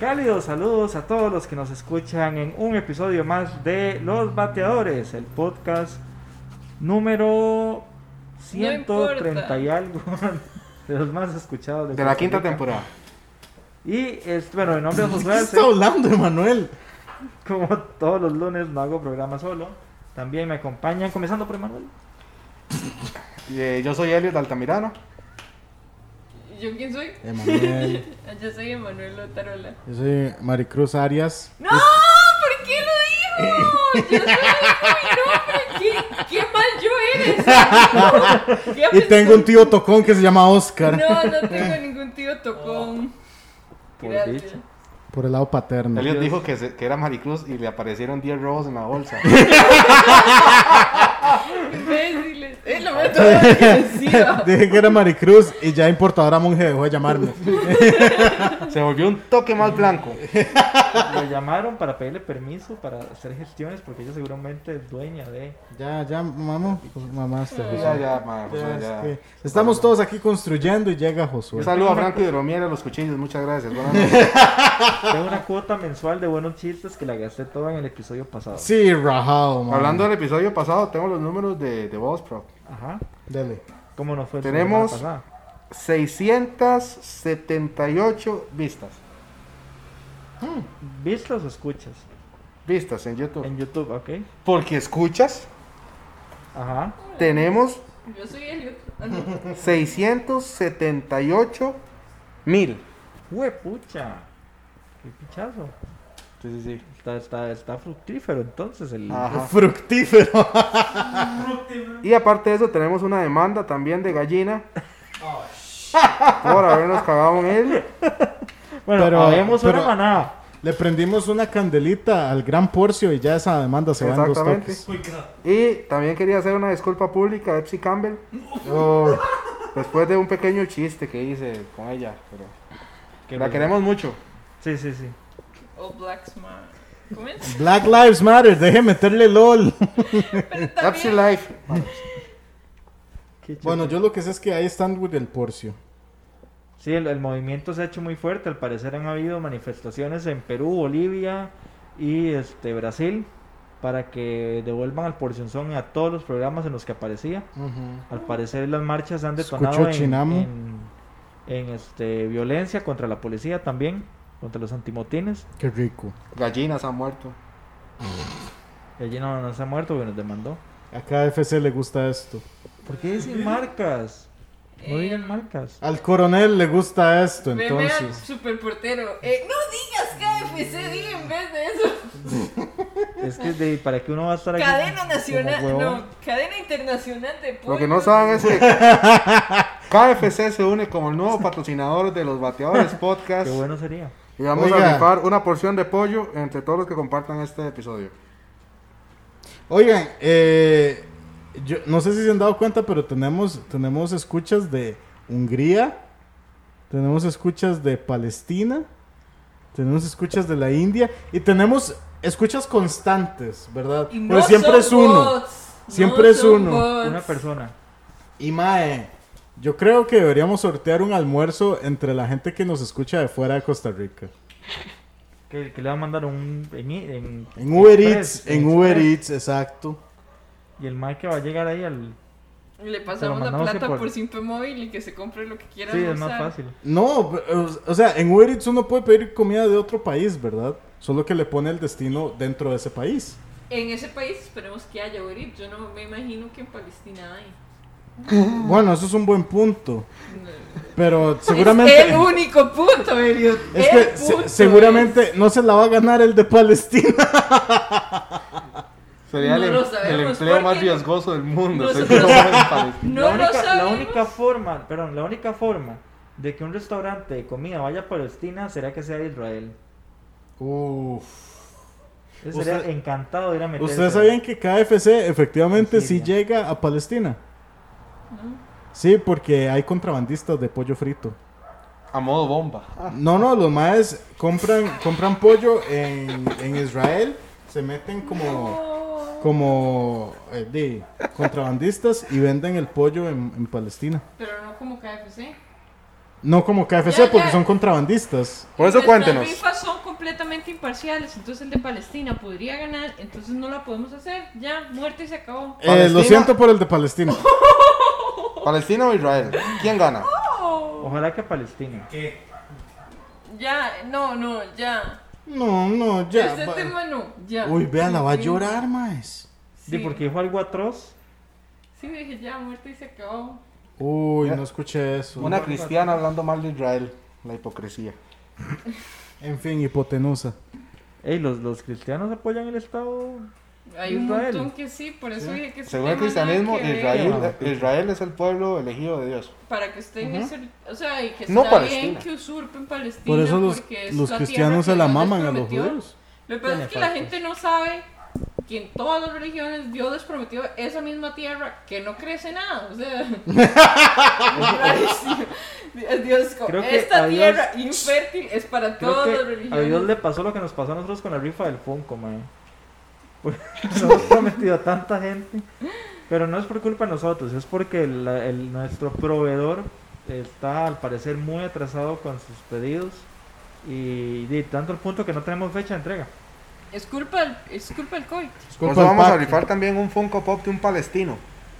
Cálidos saludos a todos los que nos escuchan en un episodio más de Los Bateadores, el podcast número 130 y algo de los más escuchados de, De la Costa quinta Rica. temporada. Y es, bueno, mi nombre es Ah, Josué ¿Qué Arce. está hablando, Emanuel? Como todos los lunes no hago programa solo. También me acompañan, comenzando por Emanuel. Eh, yo soy Elliot Altamirano. ¿Yo quién soy? Emanuel. Yo soy Emanuel Otarola. Yo soy Maricruz Arias. ¡No! ¿Por qué lo dijo? Yo soy mi nombre. ¿Qué, qué mal yo eres? ¿Qué Y tengo un tío tocón que se llama Oscar. No, no tengo ningún tío tocón. Por Gracias. dicho. Por el lado paterno. Elliot dijo que, se- que era Maricruz y le aparecieron 10 robos en la bolsa. Imbéciles. Ah. Es lo más agresiva. Dije que era Maricruz y ya importadora monje dejó de llamarme. Se volvió un toque más blanco. Lo llamaron para pedirle permiso para hacer gestiones porque ella seguramente es dueña de... Ya, ya, mamá. Mamá, te Josué. Ya, ya, ma, Josué, ya. Ya, es que Estamos todos aquí construyendo y llega Josué. Un saludo a Franco y Romier a los cuchillos. Muchas gracias. Buenas noches. Tengo una cuota mensual de buenos chistes que la gasté toda en el episodio pasado. Sí, rajado, man. Hablando del episodio pasado, tengo los números de, de Voz Pro. Ajá. Dele. ¿Cómo nos fue la Tenemos- semana 678 vistas. pasada? ¿Vistas o escuchas? Vistas en YouTube. En YouTube, ok. Porque escuchas, Ajá. tenemos Yo soy Elliot. Ah, no. 678 mil. ¡Huepucha! ¡Qué pichazo! Sí, sí, sí. Está, está, está fructífero entonces el... Ah, Ajá. Fructífero. Y aparte de eso, tenemos una demanda también de gallina. Por habernos cagado en él. Bueno, Pero- habemos una pero- manada. Le prendimos una candelita al gran porcio y ya esa demanda se va en dos Exactamente. toques. Y también quería hacer una disculpa pública a Epsi Campbell. Oh, Después de un pequeño chiste que hice con ella. Pero Que la los- queremos mucho. Sí, sí, sí. O Black Smart. ¿Cómo es? Black Lives Matter, deje meterle LOL. Pero Epsi también. Life. Qué Bueno, yo lo que sé es que ahí están with el porcio. Sí, el, el movimiento se ha hecho muy fuerte. Al parecer han habido manifestaciones en Perú, Bolivia y este Brasil para que devuelvan al Porcionzón a todos los programas en los que aparecía. Al parecer las marchas han detonado Escuchó en, Chinamo. en, en, este, violencia contra la policía también, contra los antimotines. Qué rico. Gallinas han muerto. Y allí no, no se ha muerto porque nos demandó. A KFC le gusta esto. ¿Por qué dicen marcas? No Eh. digan marcas. Al coronel le gusta esto, Me vean entonces. super portero. Eh, no digas KFC, di en vez de eso. Es que de, para qué uno va a estar aquí Cadena como nacional, huevón? no, cadena internacional de pollo. Lo que no saben es que KFC se une como el nuevo patrocinador de los Bateadores Podcast. Qué bueno sería. Y vamos Oiga. a rifar una porción de pollo entre todos los que compartan este episodio. Oigan, eh, yo, no sé si se han dado cuenta, pero tenemos, tenemos escuchas de Hungría, tenemos escuchas de Palestina, tenemos escuchas de la India y tenemos escuchas constantes, ¿verdad? Y no pero siempre son es uno. bots, Siempre no es son uno. bots. Una persona. Y Mae, yo creo que deberíamos sortear un almuerzo entre la gente que nos escucha de fuera de Costa Rica. Que, que le va a mandar un. En, en, En Uber Express, Eats, en Uber Express. Eats, exacto. Y el Mike que va a llegar ahí al. Le Pero pasamos la mandamos plata que por- por... Simple Móvil y que se compre lo que quiera. Sí, es almorzar. más fácil. No, o- o sea, en Uber Eats uno puede pedir comida de otro país, ¿verdad? Solo que le pone el destino dentro de ese país. En ese país esperemos que haya Uber Eats. Yo no me imagino que en Palestina hay. Bueno, eso es un buen punto. Pero Es seguramente... el único punto, Eliot. Es el que se- punto seguramente no se la va a ganar el de Palestina. Sería No el, lo el sabemos, empleo más porque riesgoso del mundo. nosotros- seguro va en Palestina. es- No la, única, lo sabemos. la única forma, perdón, la única forma de que un restaurante de comida vaya a Palestina será que sea de Israel. Yo sería Usted- encantado de ir a meterse. ¿Ustedes sabían que KFC efectivamente sí Siria. llega a Palestina? Sí, porque hay contrabandistas de pollo frito. A modo bomba. No, no, los maes compran, compran pollo en, en Israel, se meten como, No. como eh, de contrabandistas y venden el pollo en, en Palestina. Pero no como KFC. No como KFC Ya, porque ya. son contrabandistas. Por eso Nuestras cuéntenos. rifas son completamente imparciales, entonces el de Palestina podría ganar, entonces no la podemos hacer. Ya, muerte y se acabó. Eh, lo Palestina. siento por el de Palestina. ¿Palestina o Israel? ¿Quién gana? Ojalá que Palestina. ¿Qué? Ya, no, no, ya. No, no, Ya, ya. va- mano, ya. Uy, vean, la va a Este Sí, llorar, maes. Sí, porque dijo algo atroz. Sí, dije ya, muerte y se acabó. Uy, no escuché eso. Una cristiana hablando mal de Israel. La hipocresía. En fin, hipotenusa. Ey, los, los cristianos apoyan el Estado. Hay un Israel. montón que sí, por eso dije que ese Según el tema nada cristianismo, que ver, Israel, Israel es el pueblo elegido de Dios. Para que estén en ese- O sea, y que No está bien Palestina. que usurpen Palestina. Por eso los, porque es los la tierra cristianos se que la Dios les maman a los prometió. judíos. Lo que pasa es que la Benefactos. gente no sabe que en todas las religiones Dios les prometió esa misma tierra que no crece nada. O sea, rarísimo. Dios, como, Creo que esta a Dios- tierra infértil es para Creo todas las que a religiones. Dios le pasó lo que nos pasó a nosotros con la rifa del Funko, mae. Porque nos hemos prometido a tanta gente. Pero no es por culpa de nosotros, es porque el- el- nuestro proveedor está al parecer muy atrasado con sus pedidos. Y de tanto al punto que no tenemos fecha de entrega. Es culpa del, es culpa del COVID. Es Por culpa eso del vamos a pacto. Oh, rifar también un Funko Pop de un palestino.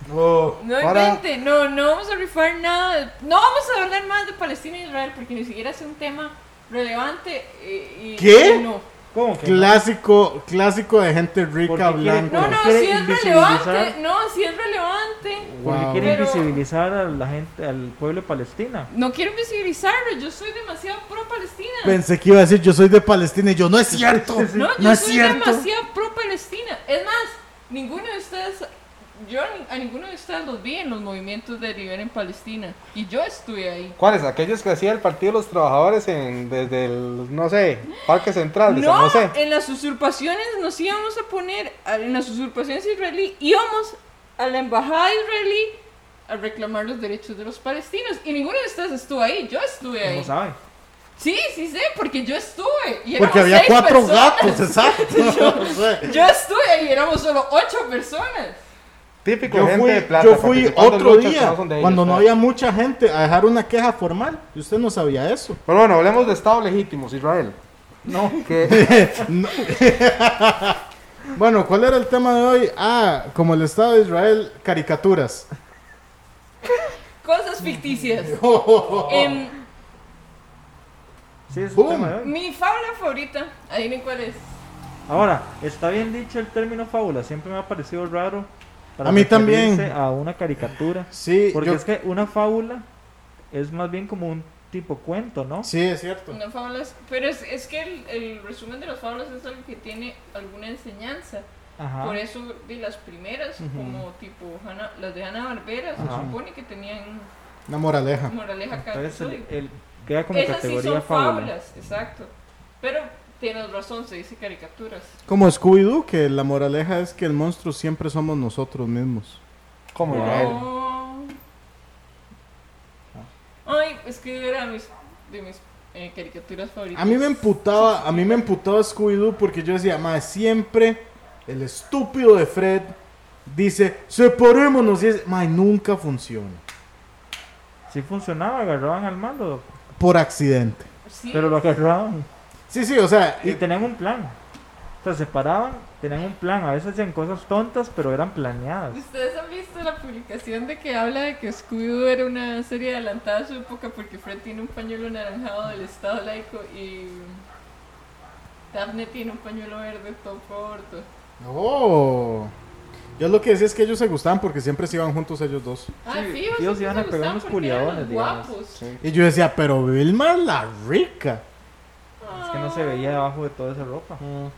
No Para- invente, no, no vamos a rifar nada. de- No vamos a hablar más de Palestina e Israel porque ni siquiera es un tema relevante. eh, Y, ¿Qué? y no. ¿Cómo que no? Clásico, clásico de gente rica Porque quieren- No, blanca. no, ¿Quiere sí es invisibilizar? relevante. No, sí es relevante. Porque Wow. quieren Pero- visibilizar a la gente, al pueblo de Palestina. No quiero visibilizarlo, yo soy demasiado pro Palestina. Pensé que iba a decir yo soy de Palestina y yo no es cierto. No, yo No es soy cierto. demasiado pro Palestina. Es más, ninguno de ustedes, yo ni- a ninguno de ustedes los vi en los movimientos de Liberen Palestina. Y yo estuve ahí. ¿Cuáles? Aquellos que hacía el Partido de los Trabajadores en, desde el, no sé, Parque Ah, Central de San No, José. en las usurpaciones nos íbamos a poner, a- en las usurpaciones israelí, íbamos a la embajada israelí a reclamar los derechos de los palestinos. Y ninguno de ustedes estuvo ahí, yo estuve ahí. ¿Cómo sabe? Sí, sí sé, porque yo estuve. y éramos Porque había seis cuatro personas. gatos, exacto. O sea, Yo estuve ahí, éramos solo ocho personas. Típico, Yo gente fui, de plata. yo fui participando en otro luchas que día, no son de ellos, cuando no ¿sabes? había mucha gente, a dejar una queja formal. Y usted no sabía eso. Pero bueno, hablemos de estados legítimos, Israel. No. Que No. bueno, ¿cuál era el tema de hoy? Ah, como el Estado de Israel, caricaturas. Cosas ficticias. Em, Sí, es el Boom. tema de hoy. mi fábula favorita, adivinen cuál es. Ahora, está bien dicho el término fábula, siempre me ha parecido raro. A mí referirse también. A una caricatura. Sí, Porque yo- es que una fábula es más bien como un tipo cuento, ¿no? sí, es cierto. Una fábula es- pero es, es que el, el resumen de las fábulas es algo que tiene alguna enseñanza. Ajá. Por eso de las primeras, como tipo Hanna- las de Hanna Barbera, se Ajá. supone que tenían Una moraleja. moraleja cada Entonces el- episodio. el- queda como Esas sí categoría son fábula. fábulas, exacto. Pero tienes razón, se dice caricaturas. Como Scooby-Doo, que la moraleja es que el monstruo siempre somos nosotros mismos. como Wow. Israel. Oh. No. Ay, es que era mis, de mis eh, caricaturas favoritas. A mí me emputaba, a mí me emputaba Scooby-Doo porque yo decía, más siempre el estúpido de Fred dice, separémonos. Y es, mae, nunca funciona. Sí funcionaba, agarraban al malo, Por accidente. Sí, pero lo agarraban. Sí, sí, o sea, Y eh, tenían un plan. O sea, se paraban, tenían un plan. A veces hacían cosas tontas, pero eran planeadas. Ustedes han visto la publicación de que habla de que Scooby-Doo era una serie adelantada a su época porque Fred tiene un pañuelo naranjado del Estado laico y Daphne tiene un pañuelo verde todo corto. Oh. Yo lo que decía es que ellos se gustaban porque siempre se iban juntos ellos dos. Ah, Sí, sí, ellos ellos iban a pegar unos culiadones, digamos. guapos. Y yo decía, pero Vilma la rica. Es que no Ah. se veía debajo de toda esa ropa. Mm.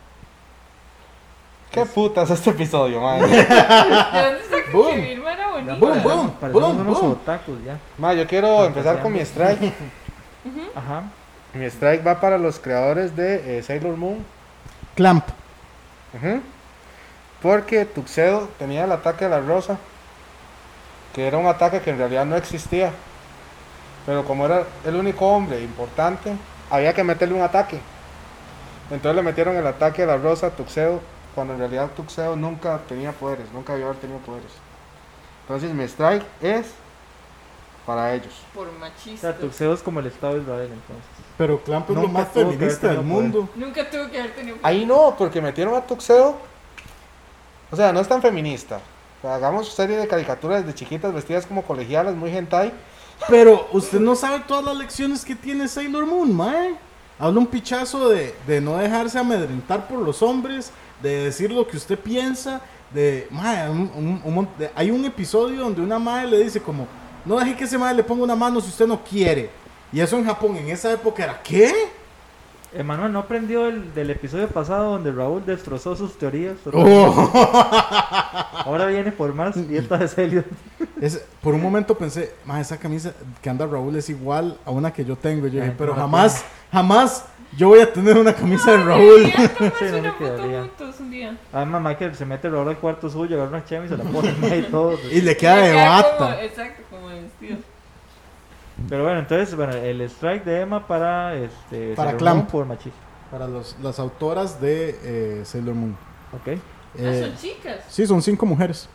Qué putas este episodio, madre. ¿De dónde sacan Boom. que Vilma era bonita? Boom, boom. Parecemos unos boom. otakus ya. Ma, yo quiero empezar con mi strike. Ajá. Mi strike va para los creadores de eh, Sailor Moon. Clamp. Ujú. Porque Tuxedo tenía el ataque de la rosa, que era un ataque que en realidad no existía. Pero como era el único hombre importante, había que meterle un ataque. Entonces le metieron el ataque de la rosa a Tuxedo, cuando en realidad Tuxedo nunca tenía poderes, nunca había tenido poderes. Entonces mi strike es para ellos. por O sea, machistas. Tuxedo es como el Estado de Israel, entonces. Pero Clamp es lo Nunca más tuvo que feminista haber del tenido poder. mundo. Nunca tuvo que haber tenido. Ahí no, porque metieron a Tuxedo. O sea, no es tan feminista. O sea, hagamos serie de caricaturas de chiquitas vestidas como colegialas, muy hentai. Pero usted no sabe todas las lecciones que tiene Sailor Moon, mae. Habla un pichazo de, de no dejarse amedrentar por los hombres, de decir lo que usted piensa, de, mae, un- un- un mon- de- hay un episodio donde una madre le dice como, no deje que ese madre le ponga una mano si usted no quiere. Y eso en Japón en esa época era, ¿qué? Emanuel, ¿no aprendió el, del episodio pasado donde Raúl destrozó sus teorías? Oh. Oh. Ahora viene por más y esta de Celio. Es- por un momento pensé, "Ma, esa camisa que anda Raúl es igual a una que yo tengo. Yo dije, Ay, pero Ah, no la jamás, jamás yo voy a tener una camisa de Raúl. Sí, no Tomarse me una foto quedaría. juntos un día. Además, Michael Ah, se mete Raúl al cuarto suyo, agarra una chema y se la pone mae, y todo. Y le queda de Queda bata. como- Exacto, como Ah, vestido. Pero bueno, entonces, bueno, el strike de Emma para este Para Sailor Clamp. Moon por machismo. Para los- las autoras de eh, Sailor Moon. Ok. Ah, Eh, son chicas. sí, son cinco mujeres.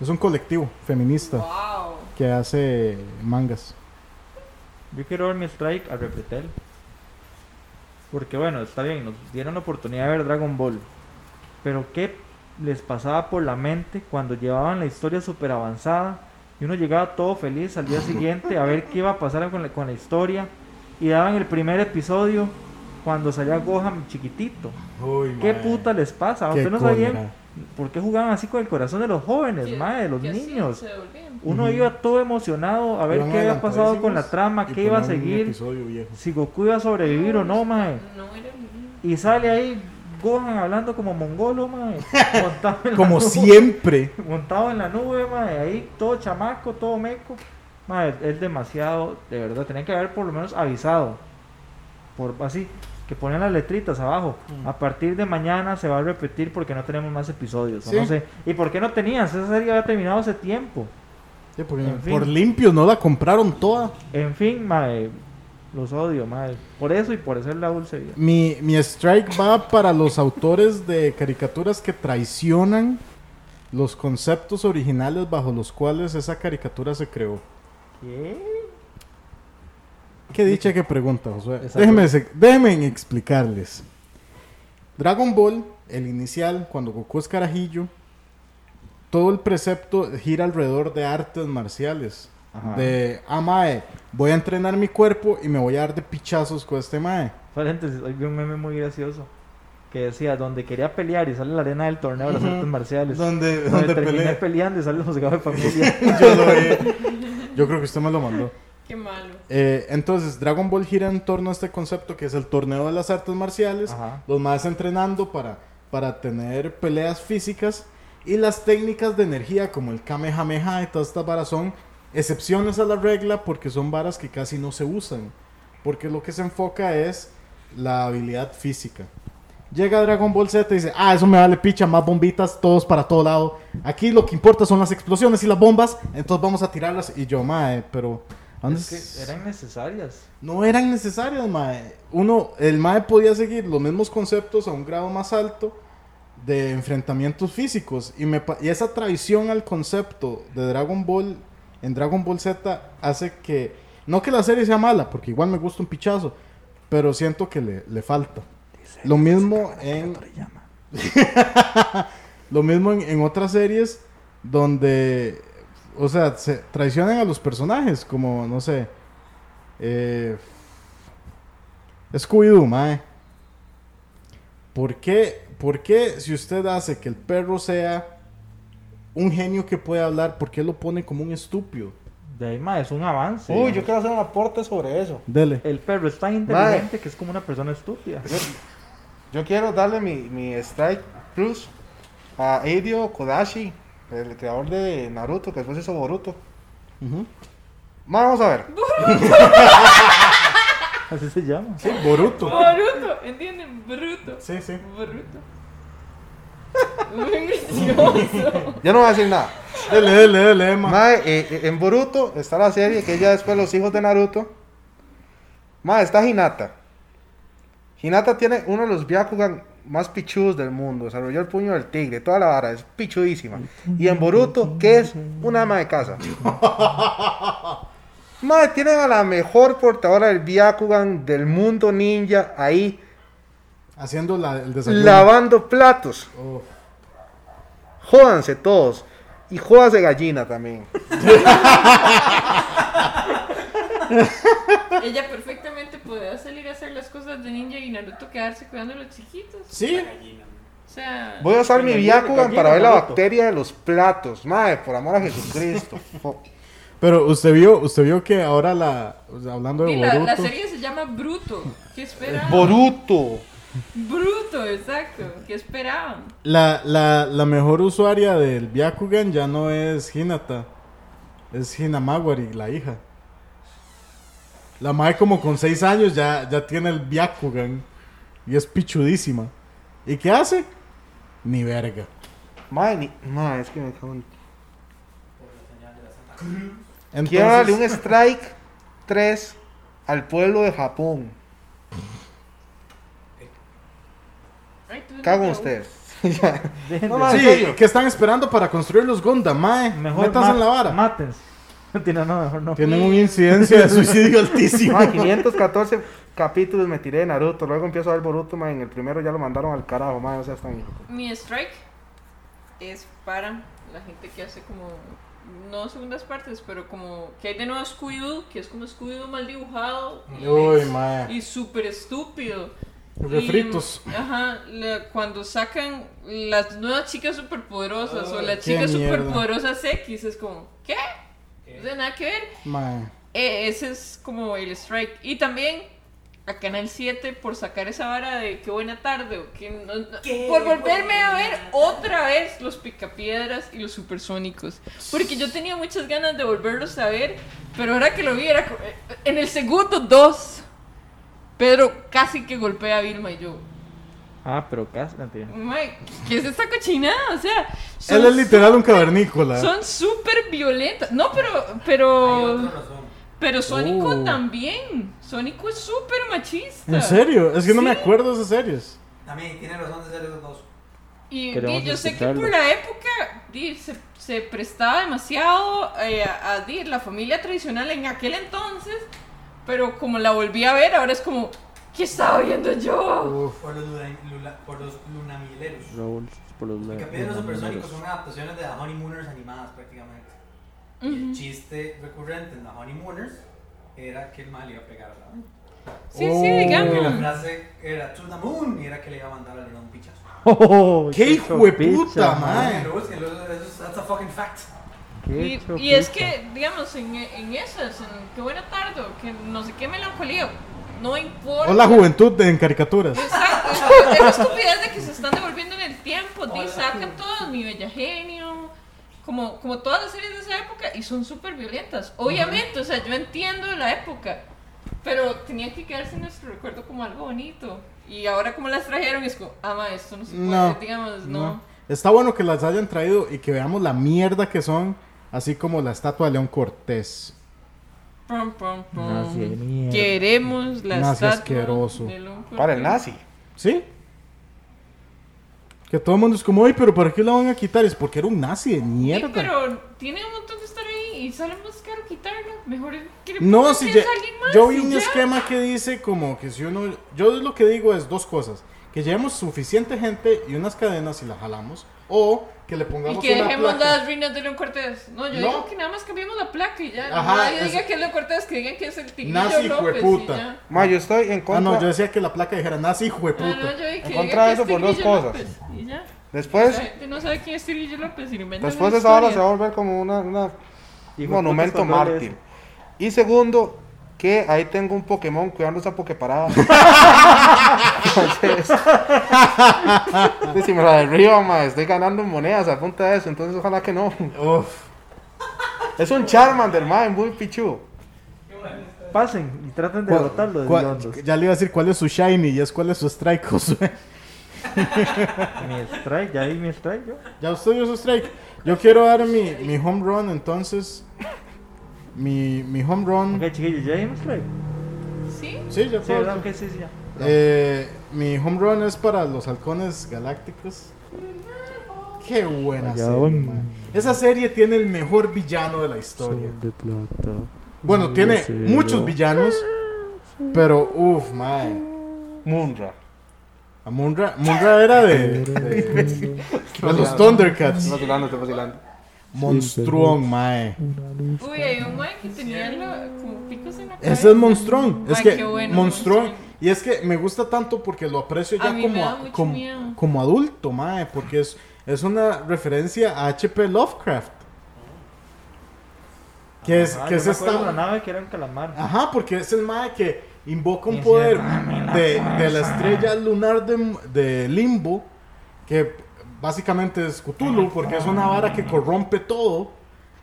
Es un colectivo feminista Wow. que hace mangas. Yo quiero ver mi strike al Repretel. Porque bueno, está bien, nos dieron la oportunidad de ver Dragon Ball. Pero ¿qué les pasaba por la mente cuando llevaban la historia súper avanzada? Y uno llegaba todo feliz al día siguiente a ver qué iba a pasar con la, con la historia. Y daban el primer episodio cuando salía Gohan chiquitito. ¿Qué puta les pasa? Qué Ustedes no cólera. sabían por qué jugaban así con el corazón de los jóvenes, madre, de los Y así niños. se devolvían. Uno Ujú. iba todo emocionado a ver Iban qué había pasado con la adelantadísimos trama, y qué iba a ponían un seguir episodio viejo. si Goku iba a sobrevivir o no, mae. No era niño. Y sale ahí Gohan hablando como mongolo, mae. Montado en la Como nube- siempre. Montado en la nube, mae. Ahí todo chamaco, todo meco. Mae, es- es demasiado, de verdad. Tenían que haber por lo menos avisado. Por así, que ponen las letritas abajo. Mm. A partir de mañana se va a repetir porque no tenemos más episodios. o Sí. No sé. ¿Y por qué no tenías? Esa serie había terminado hace tiempo. Sí, porque En fin. por limpio no la compraron toda. En fin, mae. Los odio, mae. Por eso y por hacer la dulce vida. Mi, mi strike va para los autores de caricaturas que traicionan los conceptos originales bajo los cuales esa caricatura se creó. ¿Qué? Qué dicha que pregunta, Josué. Exacto. Déjenme, se- déjenme explicarles. Dragon Ball, el inicial, cuando Goku es carajillo, todo el precepto gira alrededor de artes marciales. Ajá. De, ah, mae, voy a entrenar mi cuerpo y me voy a dar de pichazos con este mae. Paréntesis, hoy vi un meme muy gracioso que decía, donde quería pelear y sale la arena del torneo de las artes marciales. Donde, Donde terminé peleando y sale el juzgado de familia. Yo lo vi. Yo creo que usted me lo mandó. Qué malo. Eh, entonces, Dragon Ball gira en torno a este concepto que es el torneo de las artes marciales. Ajá. Los más entrenando para, para tener peleas físicas. Y las técnicas de energía como el Kamehameha y todas estas varas son excepciones a la regla porque son varas que casi no se usan. Porque lo que se enfoca es la habilidad física. Llega Dragon Ball Z y dice, ah, eso me vale picha, más bombitas, todos para todo lado. Aquí lo que importa son las explosiones y las bombas, entonces vamos a tirarlas. Y yo, mae, pero... ¿a dónde Es s- que eran necesarias. no eran necesarias, mae. Uno, el mae podía seguir los mismos conceptos a un grado más alto de enfrentamientos físicos. Y, me, pa- y esa traición al concepto de Dragon Ball en Dragon Ball Z hace que. No que la serie sea mala, porque igual me gusta un pichazo, pero siento que le, le falta. Lo mismo en. Lo mismo en, en otras series donde. O sea, se traicionan a los personajes, como, no sé. Eh, Scooby-Doo, mae. ¿Por qué, ¿Por qué si usted hace que el perro sea un genio que puede hablar, por qué lo pone como un estúpido? De ahí, ma, es un avance. Uy, yo quiero hacer un aporte sobre eso. Dele. El perro es tan inteligente que es como una persona estúpida. Yo, yo quiero darle mi, mi strike plus a Eidio Kodashi, el creador de Naruto, que después hizo Boruto. Ujú. Ma, Vamos a ver. Así se llama. Sí, Boruto. Bruto, ¿entienden? Bruto. Sí, sí. Bruto. Muy gracioso. Yo no voy a decir nada. Dele, dele, dele, Emma. Mae, eh, eh, en Boruto está la serie que ya después los hijos de Naruto. Mae, está Hinata. Hinata tiene uno de los Byakugan más pichudos del mundo, desarrolló el puño del tigre, toda la vara, es pichudísima. Y en Boruto, que es una ama de casa. Madre, tienen a la mejor portadora del Byakugan del mundo ninja ahí, Haciendo la, el desayuno. lavando platos. Oh. Jódanse todos. Y jodas de gallina también. Ella perfectamente podía salir a hacer las cosas de ninja y Naruto quedarse cuidando a los chiquitos. Sí. O sea, Voy a usar mi Gallina, Byakugan gallina, para ver la Naruto. bacteria de los platos. Madre, por amor a Jesucristo. Fo- Pero usted vio, usted vio que ahora la. o sea, Hablando de y la, Boruto. la serie se llama Bruto. ¿Qué esperaban? Boruto. Bruto, exacto. ¿Qué esperaban? La, la, la mejor usuaria del Byakugan ya no es Hinata. Es Hinamawari, la hija. La madre como con 6 años ya, ya tiene el Byakugan. Y es pichudísima. ¿Y qué hace? Ni verga. Madre, ni- madre, es que me cago en- Quiero darle Entonces, un strike 3 al pueblo de Japón. Ay, tú no Cago en te ustedes. Dejen No, de- madre, en sí, serio. ¿qué están esperando para construir los Gonda, mae? Mejor Metas en la ma- vara. Mátense. Mentira, no, mejor no. Tienen una incidencia de suicidio altísima. Madre, 514 capítulos me tiré de Naruto. Luego empiezo a ver Boruto, madre. En el primero ya lo mandaron al carajo, madre. O sea, están Mi strike es para la gente que hace como, no segundas partes, pero como que hay de nuevo Scooby-Doo, que es como Scooby-Doo mal dibujado y- Uy, mae. y súper estúpido. Refritos. Y, ajá, la- cuando sacan las nuevas chicas superpoderosas o las qué chicas mierda. superpoderosas X, es como, ¿qué? No tiene nada que ver. Mae. Eh, ese es como el strike. Y también a Canal 7 por sacar esa vara de qué buena tarde. O que no- no- Qué por volverme a ver buena otra vez los picapiedras y los supersónicos. Porque yo tenía muchas ganas de volverlos a ver. Pero ahora que lo vi, era co- eh, en el segundo 2. Pedro casi que golpea a Vilma y yo. Ah, pero casi, mentira. "Mae, ¿Qué es esta cochinada? O sea, son Él es literal ¿eh? un cavernícola. son súper violentas. No, pero. pero... Hay otra razón. Pero Sónico Oh. también. Sónico es súper machista. ¿En serio? Es que no me Sí. acuerdo de esas series. También tiene razón de ser esos dos. Y, Queremos di, yo sé que escucharlo. por la época di, se, se prestaba demasiado eh, a, a, di, la familia tradicional en aquel entonces. Pero como la volví a ver, ahora es como, ¿qué estaba viendo yo? Por los, luna- lula- por los lunamileros. Raúl, por los Los la- capítulos los supersónicos números. son adaptaciones de The Honeymooners animadas prácticamente. Y el chiste recurrente en The Honeymooners era que el mal iba a pegar a la luna. Sí, Oh. sí, Que la digamos. frase era To the Moon y era que le iba a mandar a la luna un pichazo. Ah, Oh, ¡Qué hijo de puta, chopicha, mae! Búsquenlo, búsquenlo, eso es- That's a fucking fact. Qué Y, y chopicha. es que, digamos, en, en esas, en qué buena tarde, o que no sé qué melancolía, no importa. O la juventud de- en caricaturas. Exacto, es- esa estupidez de que se están devolviendo en el tiempo, di, sacan todos mi bella genio, como, como todas las series de esa época, y son súper violentas. Obviamente, o sea, yo entiendo la época, pero tenía que quedarse en nuestro recuerdo como algo bonito. Y ahora como las trajeron es como, ama, esto no se puede, No, digamos, no. No. Está bueno que las hayan traído y que veamos la mierda que son, así como la estatua de León Cortés. Pum, pum, pum. Nazi de mierda. Queremos la Nazi estatua asqueroso. de León Cortés. Para el nazi. ¿Sí? Que todo el mundo es como, ay, pero ¿para qué la van a quitar? Es porque era un nazi de Sí, mierda. pero tiene un montón de estar ahí y sale más caro quitarlo. Mejor que le No, pongan si que ya- es alguien más yo vi y un ya. esquema que dice como que si uno, yo lo que digo es dos cosas, que llevemos suficiente gente y unas cadenas y las jalamos, o que le Y pongamos que una dejemos placa. las ruinas de León Cortés. No, yo No. digo que nada más cambiemos la placa y ya. Ajá, Nadie es- diga que es León Cortés, que digan que es el Tigrillo Nazi López. hijueputa. y ya. Madre, yo estoy en Ah, contra. no, yo decía que la placa dijera nazi hijo de Ah, no, puta. yo digo que En contra digan de que eso es por dos Tigrillo cosas. López, Y ya. Después, La gente no sabe quién es Tigrillo López y lo inventan después de esa una hora se va a historia. volver como una, una- un Hijo de monumento puta, cuando lees- mártir. Y segundo, que ahí tengo un Pokémon cuidando esa Poképarada. entonces, entonces, si me la derriban, madre, estoy ganando monedas a punta de eso. Entonces, ojalá que no. Uf. Es un Charmander, madre, muy pichu. Pasen y traten de ¿Cuál- derrotarlo. cuál- desviándolos. ya le iba a decir cuál es su shiny y es cuál es su strike, Josué. Mi strike, ya vi mi strike yo. Ya usted dio su strike. Yo quiero dar mi, mi home run, entonces. Mi, mi home run. Ok, chiquillos, ya di mi strike. Sí, Sí, ya Sí, puedo. ¿verdad? Ok, sí, sí, ya. Eh, mi home run es para los halcones galácticos. Qué buena Allá serie, van. man. Esa serie tiene el mejor villano de la historia. Son de plata. Bueno, tiene Sí, muchos no. villanos, pero uff, mae. Munra. A Munra, Munra era de, de- de los Estoy Thundercats. vacilando, estoy vacilando. Monstrón, mae. Uy, hay un mae que tenía lo- como picos en la cabeza. Ese es Monstrón. Es Ay, que qué bueno, Monstrón. Monstrón. Y es que me gusta tanto porque lo aprecio A ya mí me como, da mucho como, miedo. como adulto, mae. Porque es, es una referencia a H.P. Lovecraft. Que es, Ah, que yo es me acuerdo de esta. la nave que era un calamar. Ajá, porque es el mae que invoca un Es ah, poder cierto. de, de la estrella lunar de, de Limbo, que básicamente es Cthulhu, Ah, porque es una vara que corrompe todo.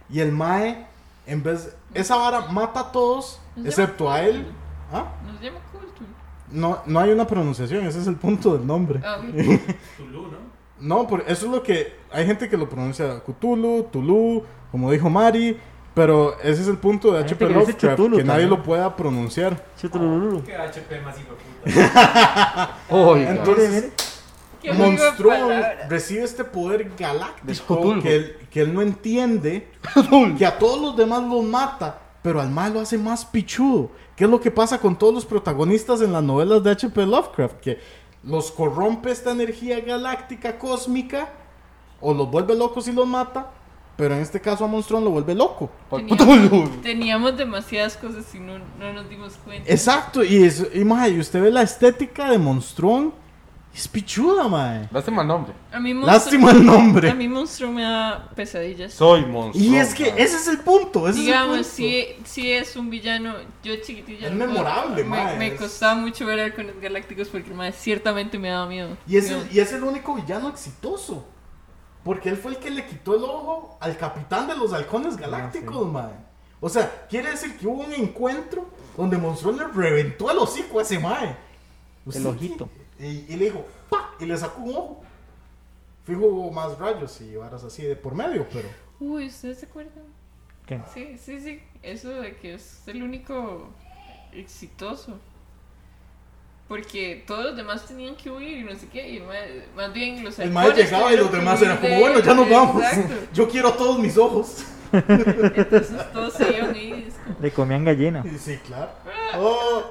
Y el mae, en vez. Esa vara mata a todos, excepto a él. ¿Ah? Nos llama Culture. No, no hay una pronunciación, ese es el punto del nombre. Ah, ok. Tulu, ¿no? No, por, eso es lo que. Hay gente que lo pronuncia Cthulhu, Tulu, como dijo Mari. Pero ese es el punto de Hay gente H.P. que dice Lovecraft, Cthulhu que nadie también. lo pueda pronunciar. Chutulululu. Que HP más hijo de puta. Mire, Entonces, mire. Qué juego de Monstruo palabras. recibe este poder Es galáctico Cthulhu. que él, que él no entiende, que a todos los demás los mata, pero al mal lo hace más pichudo. ¿Qué es lo que pasa con todos los protagonistas en las novelas de H.P. Lovecraft? Que los corrompe esta energía galáctica cósmica, o los vuelve locos y los mata, pero en este caso a Monstrón lo vuelve loco. Teníamos, teníamos demasiadas cosas y no, no nos dimos cuenta. Exacto, y, es, y, mae, y usted ve la estética de Monstrón, es pichuda, mae. este Lástima el nombre. A mí monstruo, Lástima el nombre. A mí monstruo me da pesadillas. Soy monstruo. Y es que ese es el punto. Ese Digamos, es el punto. sí, sí es un villano. Yo chiquitilla. Es no puedo- memorable, me, mae, me es- costaba mucho ver Halcones Galácticos porque mae, ciertamente me daba miedo. Y es, Digamos, el, y es el único villano exitoso. Porque él fue el que le quitó el ojo al capitán de los halcones Ah, galácticos, mae. O sea, quiere decir que hubo un encuentro donde Monstrón le reventó el hocico a ese mae. ¿Usted El ojito. qué? Y, y le dijo, ¡pa! Y le sacó un ojo. Fijo, hubo más rayos y varas así de por medio, pero. Uy, ¿ustedes se acuerdan? ¿Qué? Sí, sí, sí. Eso de que es el único exitoso. Porque todos los demás tenían que huir y no sé qué. Y más, más bien los El mae halcones llegaba y los tuvieron que demás huir eran de como, bueno, él". ya nos vamos. Exacto. Yo quiero todos mis ojos. Entonces todos se iban ahí. y es como, Le comían gallina. Y Sí, claro. Oh,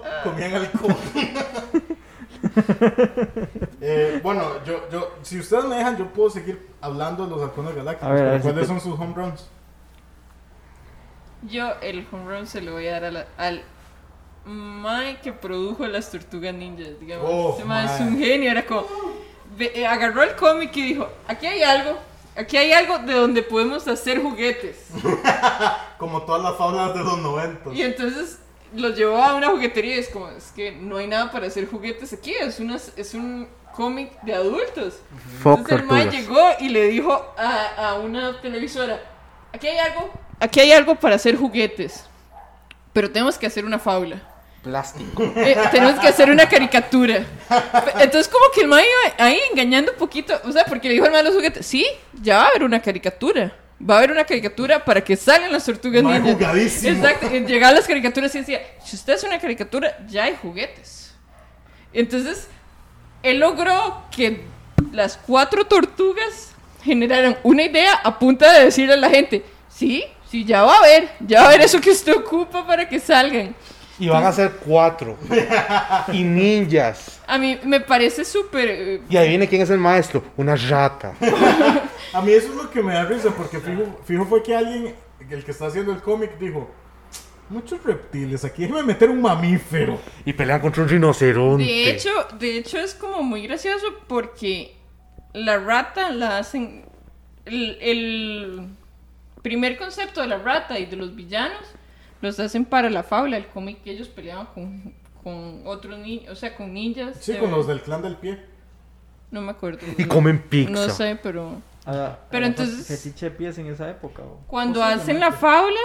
comían alcohol. Eh, bueno, yo, yo, si ustedes me dejan, yo puedo seguir hablando de los halcones galácticos. A ver, a pero ver si ¿Cuáles te- son sus home runs? Yo el home run se lo voy a dar a la- al Mike que produjo las tortugas ninjas, digamos. Oh, Ese mae es mae. un genio, era como ve- eh, agarró el cómic y dijo, aquí hay algo, aquí hay algo de donde podemos hacer juguetes. Como todas las fábulas de los 90. Y entonces lo llevó a una juguetería y es como, es que no hay nada para hacer juguetes aquí, es, una, es un cómic de adultos. Entonces el man llegó y le dijo a, a una televisora, aquí hay algo, aquí hay algo para hacer juguetes, pero tenemos que hacer una fábula. Plástico. Eh, tenemos que hacer una caricatura. Pe- Entonces, como que el man iba ahí engañando un poquito. O sea, porque le dijo el man a los juguetes: Sí, ya va a haber una caricatura. Va a haber una caricatura para que salgan las tortugas Mae, ninja. jugadísimo. Exacto. y Llegaban las caricaturas y decía: Si usted hace una caricatura, ya hay juguetes. Entonces, él logró que las cuatro tortugas generaran una idea a punta de decirle a la gente: Sí, sí, ya va a haber. Ya va a haber eso que usted ocupa para que salgan. Y van a ser cuatro. y ninjas. A mí me parece súper. eh, Y ahí viene quién es el maestro. Una rata. A mí eso es lo que me da risa, porque fijo, fijo fue que alguien, el que está haciendo el cómic, dijo: Muchos reptiles, aquí déjeme meter un mamífero. Y pelean contra un rinoceronte. De hecho, de hecho es como muy gracioso porque la rata la hacen. El, el primer concepto de la rata y de los villanos los hacen para la fábula, el cómic que ellos peleaban con, con otros niños, o sea, con ninjas. Sí, de- con los del clan del pie. No me acuerdo. Y comen pizza. No sé, pero. Ah, Pero era entonces- Fetiche de pies en esa época. o. Cuando hacen la fábula,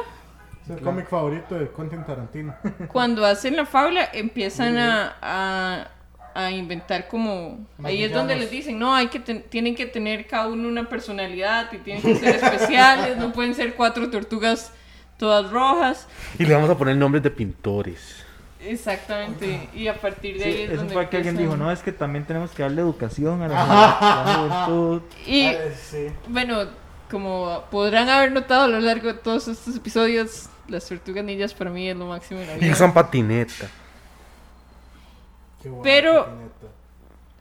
Es el cómic favorito de Quentin Tarantino. cuando hacen la fábula empiezan a, a- a inventar como ahí es donde Maquillados. les dicen no hay que ten- tienen que tener cada uno una personalidad y tienen que ser especiales no pueden ser cuatro tortugas todas rojas Y le vamos a poner nombres de pintores. Exactamente. Y a partir de ahí es eso donde fue que alguien dijo, empiezan- no, es que también tenemos que darle educación a la, a la juventud. Y Ah, sí. bueno, como podrán haber notado a lo largo de todos estos episodios, las tortugas ninjas para mí es lo máximo de la vida. son patineta. Qué guapo, Pero- puñeta.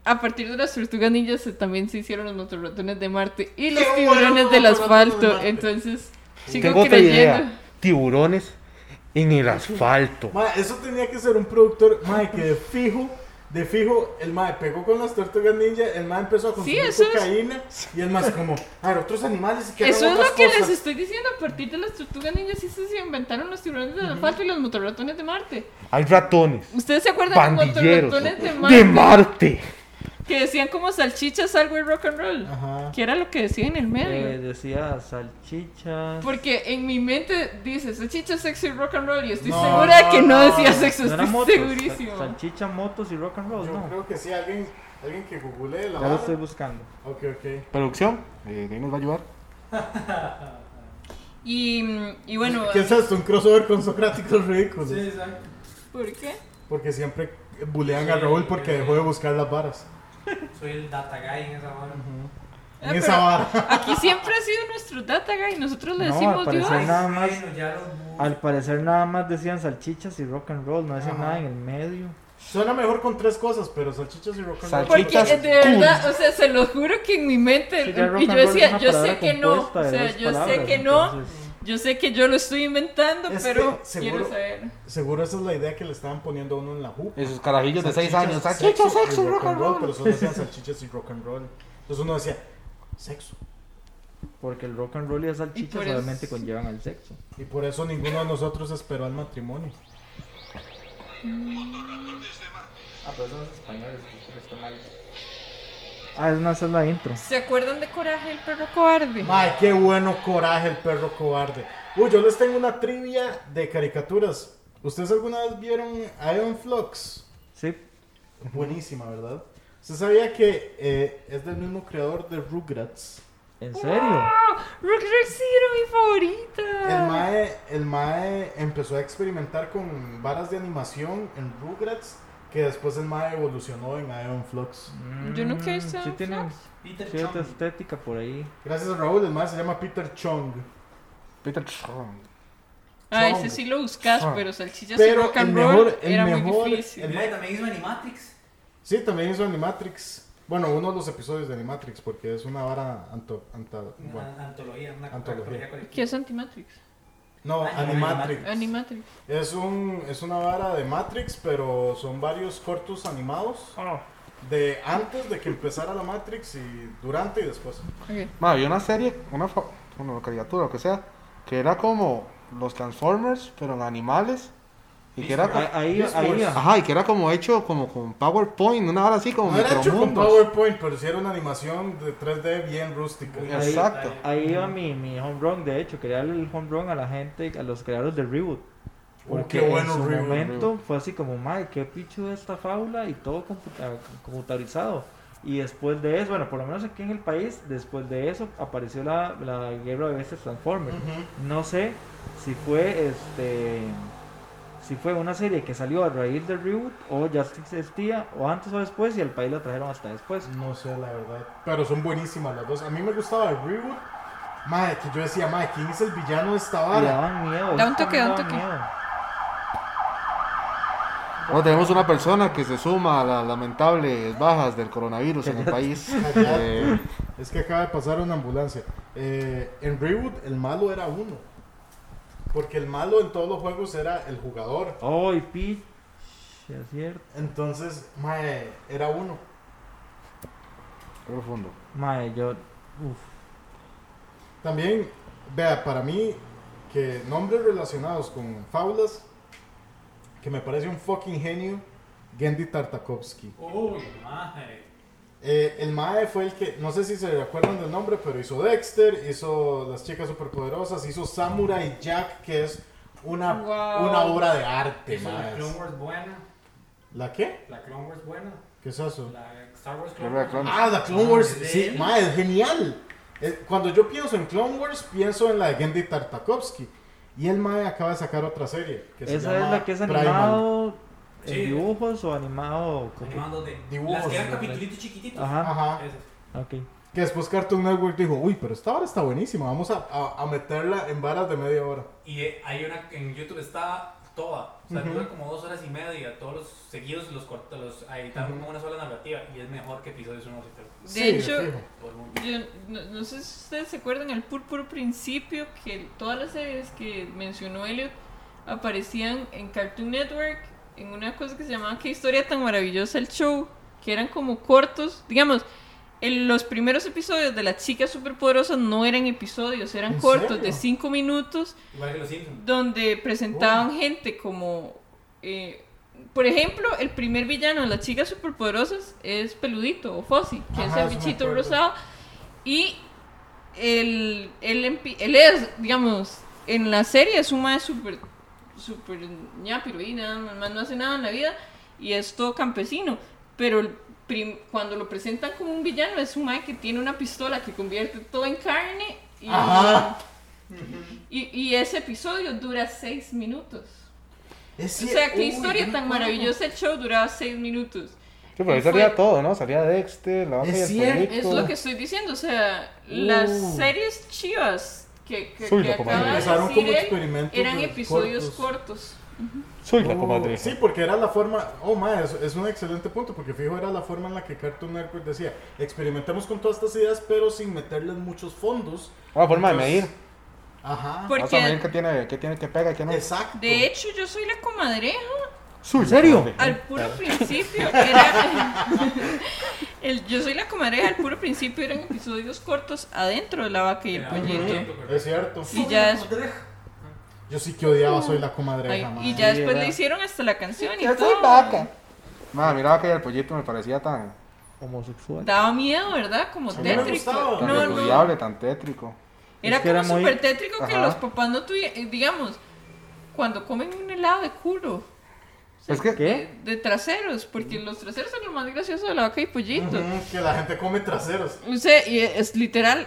A partir de las tortugas ninjas se- también se hicieron los motorratones de Marte y los Qué bueno, tiburones del motorratones de asfalto. Marte. Entonces, sigo Tengo otra creyendo. idea. Tiburones en el asfalto. Mae, eso tenía que ser un productor, mae, que de fijo, de fijo, el mae pegó con las tortugas ninja, el mae empezó a consumir eso es- cocaína y el mae es como, a ver, otros animales y que hagan Eso es otras lo que les cosas". estoy diciendo. A partir de las tortugas ninjas sí se inventaron los tiburones del asfalto y los motorratones de Marte. Hay ratones, ¿Ustedes se acuerdan de los pandilleros, motorratones de Marte? de Marte. Que decían como salchichas, algo y rock and roll. Ajá. Que era lo que decía en el medio. Eh, decía salchichas. Porque en mi mente dice salchicha, sexo y rock and roll. Y estoy No, segura de que no, no, decía sexo. No eran estoy motos. segurísimo. sal- Salchicha, motos y rock and roll, Yo no. creo que sí, alguien, alguien que googlee la Ya lo estoy vara. buscando. Ok, ok. Producción, eh, ¿quién nos va a ayudar? Y, mm, y bueno, ¿Qué es esto? Un crossover con Socráticos Ridículos. Sí, exacto. ¿por qué? Porque siempre bulean a Raúl porque dejó de buscar las varas. Soy el data guy en esa hora. En Ah, esa pero vara. Aquí siempre ha sido nuestro data guy. Nosotros le No, decimos al parecer Dios. Ay, nada más. Bueno, ya lo busco. Al parecer nada más decían salchichas y rock and roll, no decían nada en el medio. Suena mejor con tres cosas, pero salchichas y rock and roll. Porque Chicas, eh, de verdad, o sea, se lo juro que en mi mente. Sí, ya rock y yo and roll es decía, una yo sé palabra que no. compuesta O de sea, dos yo sé palabras, que no. entonces, Yo sé que yo lo estoy inventando, Es que pero quiero seguro- saber. Seguro esa es la idea que le estaban poniendo a uno en la jupa. Esos carajillos de 6 años. sexo Salchichas, sexo, y rock and roll. Pero solo decían salchichas y rock and roll. Entonces uno decía, sexo. Porque el rock and roll y las Y por salchichas eso- solamente conllevan al sexo. Y por eso ninguno de nosotros esperó al matrimonio. Ah, pero son los españoles, Ah, es una la intro. ¿Se acuerdan de Coraje, el perro cobarde? Mae, qué bueno coraje el perro cobarde. Uy, yo les tengo una trivia de caricaturas. ¿Ustedes alguna vez vieron Iron Flux? Sí, Buenísima, ¿verdad? ¿Usted sabía que eh, es del mismo creador de Rugrats? en serio. Rock Rock sí era mi El favorita. mae, el mae empezó a experimentar con varas de animación en Rugrats, que después el mae evolucionó en Iron Flux. Yo nunca he Mm, visto Sí, un tienen flash. Peter cierta Chung. estética por ahí. Gracias a Raúl, el mae se llama Peter Chong. Peter Chung. Ah, Chong. ese sí lo buscas, Chong. pero salchichas y Pero rock and el roll mejor- el era mejor- muy difícil. el- Mira, también hizo Animatrix. Sí, también hizo Animatrix. Bueno, uno de los episodios de Animatrix, porque es una vara anto, anta- Una bueno. antología, una Antología. antología colectiva. ¿Qué es Antimatrix? No, Ah, Animatrix. Animatrix. Es, un, es una vara de Matrix, pero son varios cortos animados Oh. de antes de que empezara la Matrix y durante y después. Ok. Ma, había una serie, una, fa- bueno, una caricatura, lo que sea, que era como los Transformers, pero en animales. Y que era Ahí, como, ahí, Beast ahí, Wars. ajá. ajá, y que era como hecho como con PowerPoint, una hora así como No era hecho con micromundos. PowerPoint, pero sí era una animación de 3D bien rústica. Ahí- Exacto. ahí iba mi, mi home run, de hecho, quería darle el home run a la gente, a los creadores de Reboot. Oh, Porque qué bueno, en su Reboot. momento fue así como, madre, qué pichu esta fábula y todo computa- computarizado. Y después de eso, bueno, por lo menos aquí en el país, después de eso apareció la, la guerra de veces Transformers. No sé si fue este si fue una serie que salió a raíz del reboot o ya existía o antes o después y al país la trajeron hasta después. No sé, la verdad. Pero son buenísimas las dos. A mí me gustaba el reboot. Madre, que yo decía, madre, ¿quién es el villano de esta Y vara? daban miedo. Da un toque, da un daban toque. miedo. Bueno, tenemos una persona que se suma a las lamentables bajas del coronavirus en el país. Eh, Es que acaba de pasar una ambulancia. Eh, en Reboot el malo era uno. Porque el malo en todos los juegos era el jugador. Ay, Peach, es cierto. Entonces, mae, era uno. profundo. Mae, yo. Uf. También, vea, para mí, que nombres relacionados con fábulas, que me parece un fucking genio, Gendy Tartakovsky. Uy, madre. Eh, el mae fue el que, no sé si se acuerdan del nombre, pero hizo Dexter, hizo Las Chicas Superpoderosas, hizo Samurai Jack, que es una, Wow. una obra de arte, Hizo la mae. Clone Wars buena. ¿La qué? La Clone Wars buena. ¿Qué es eso? La Star Wars Guerra de Clone Wars. Clones. Ah, la Clone Wars. ¿De Sí, él? mae, es genial. Eh, Cuando yo pienso en Clone Wars, pienso en la de Gendy Tartakovsky. Y el mae acaba de sacar otra serie. que se Esa llama es la que es Primal. animado en Sí. dibujos o animado? como- Animando de Dibujos, Las que eran ¿no? capitulitos chiquititos. Ajá, Ajá. Esas. ok. Que después Cartoon Network dijo, uy, pero esta hora está buenísima, vamos a, a- a meterla en varas de media hora. Y eh, hay una en YouTube está toda. O sea, dura como dos horas y media. Todos los seguidos los cortos, los editaron como una sola narrativa. Y es mejor que episodios uno y De Sí, de hecho, fijo. todo el mundo. yo no, no sé si ustedes se acuerdan al pur, puro principio que todas las series que mencionó Elliot aparecían en Cartoon Network en una cosa que se llamaba Qué historia tan maravillosa el show, que eran como cortos, digamos. en los primeros episodios de Las Chicas Superpoderosas no eran episodios, eran ¿En cortos serio? de 5 minutos Igual que los Simpsons. donde presentaban Oh. gente como, eh, por ejemplo, el primer villano de las chicas superpoderosas es Peludito o Fozzie, que Ajá, es sí el me bichito acuerdo. rosado, y él, él, empi- él es, digamos, en la serie es un más super, super ñapiro y nada más no hace nada en la vida, y es todo campesino, pero el prim- cuando lo presentan como un villano es un mae que tiene una pistola que convierte todo en carne y Ajá. y, y ese episodio dura seis minutos. Es o cier- sea, qué uy, yo historia me tan acuerdo. maravillosa el show duraba seis minutos. Sí, pero ahí Fue- salía todo, ¿no? Salía Dexter, la vaca Es y cierto, el Es perrito. lo que estoy diciendo, o sea, las Uh. series chivas que, que, Soy que la acaba comadre. de Empezaron decir como él experimentos eran de episodios cortos. cortos. Soy la Uh, comadre. sí, porque era la forma. Oh, ma, es, es un excelente punto. Porque fijo, era la forma en la que Cartoon Network decía: experimentemos con todas estas ideas, pero sin meterles muchos fondos. Una Ah, forma de Entonces- medir. Ajá. Por- Vamos a Porque- medir qué tiene, qué tiene que pega, qué no. Exacto. Pues, De hecho, yo soy la comadreja. ¿En serio? Al puro principio era. el Yo soy la comadreja, al puro principio eran episodios cortos adentro de la vaca y el Era puñeto. puñeto, correcto. Es cierto. Y pues, ya es- Yo sí que odiaba, soy la comadreja, Ay, ma. y ya Sí, después era- le hicieron hasta la canción y Yo todo. soy vaca. Madre, mira, la vaca y el pollito me parecía tan, Homosexual. Daba miedo, ¿verdad? Como A mí me tétrico. gustaba. tan No, no. repudiable, tan tétrico. Era Es que como era muy- súper tétrico que Ajá. los papás no tuvieran. Digamos, cuando comen un helado de culo, Es que, ¿Qué? de traseros, porque los traseros son lo más gracioso de la vaca y pollito. Ujú, que la gente come traseros. O sea, y es literal.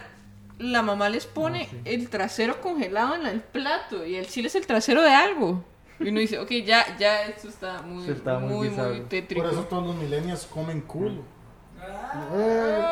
La mamá les pone Ah, el trasero congelado en el plato y el chile es el trasero de algo. Y uno dice, ok, ya, ya, esto está muy, Sí, está muy muy, muy, bizarro. tétrico. Por eso todos los millennials comen culo. Mm. eh,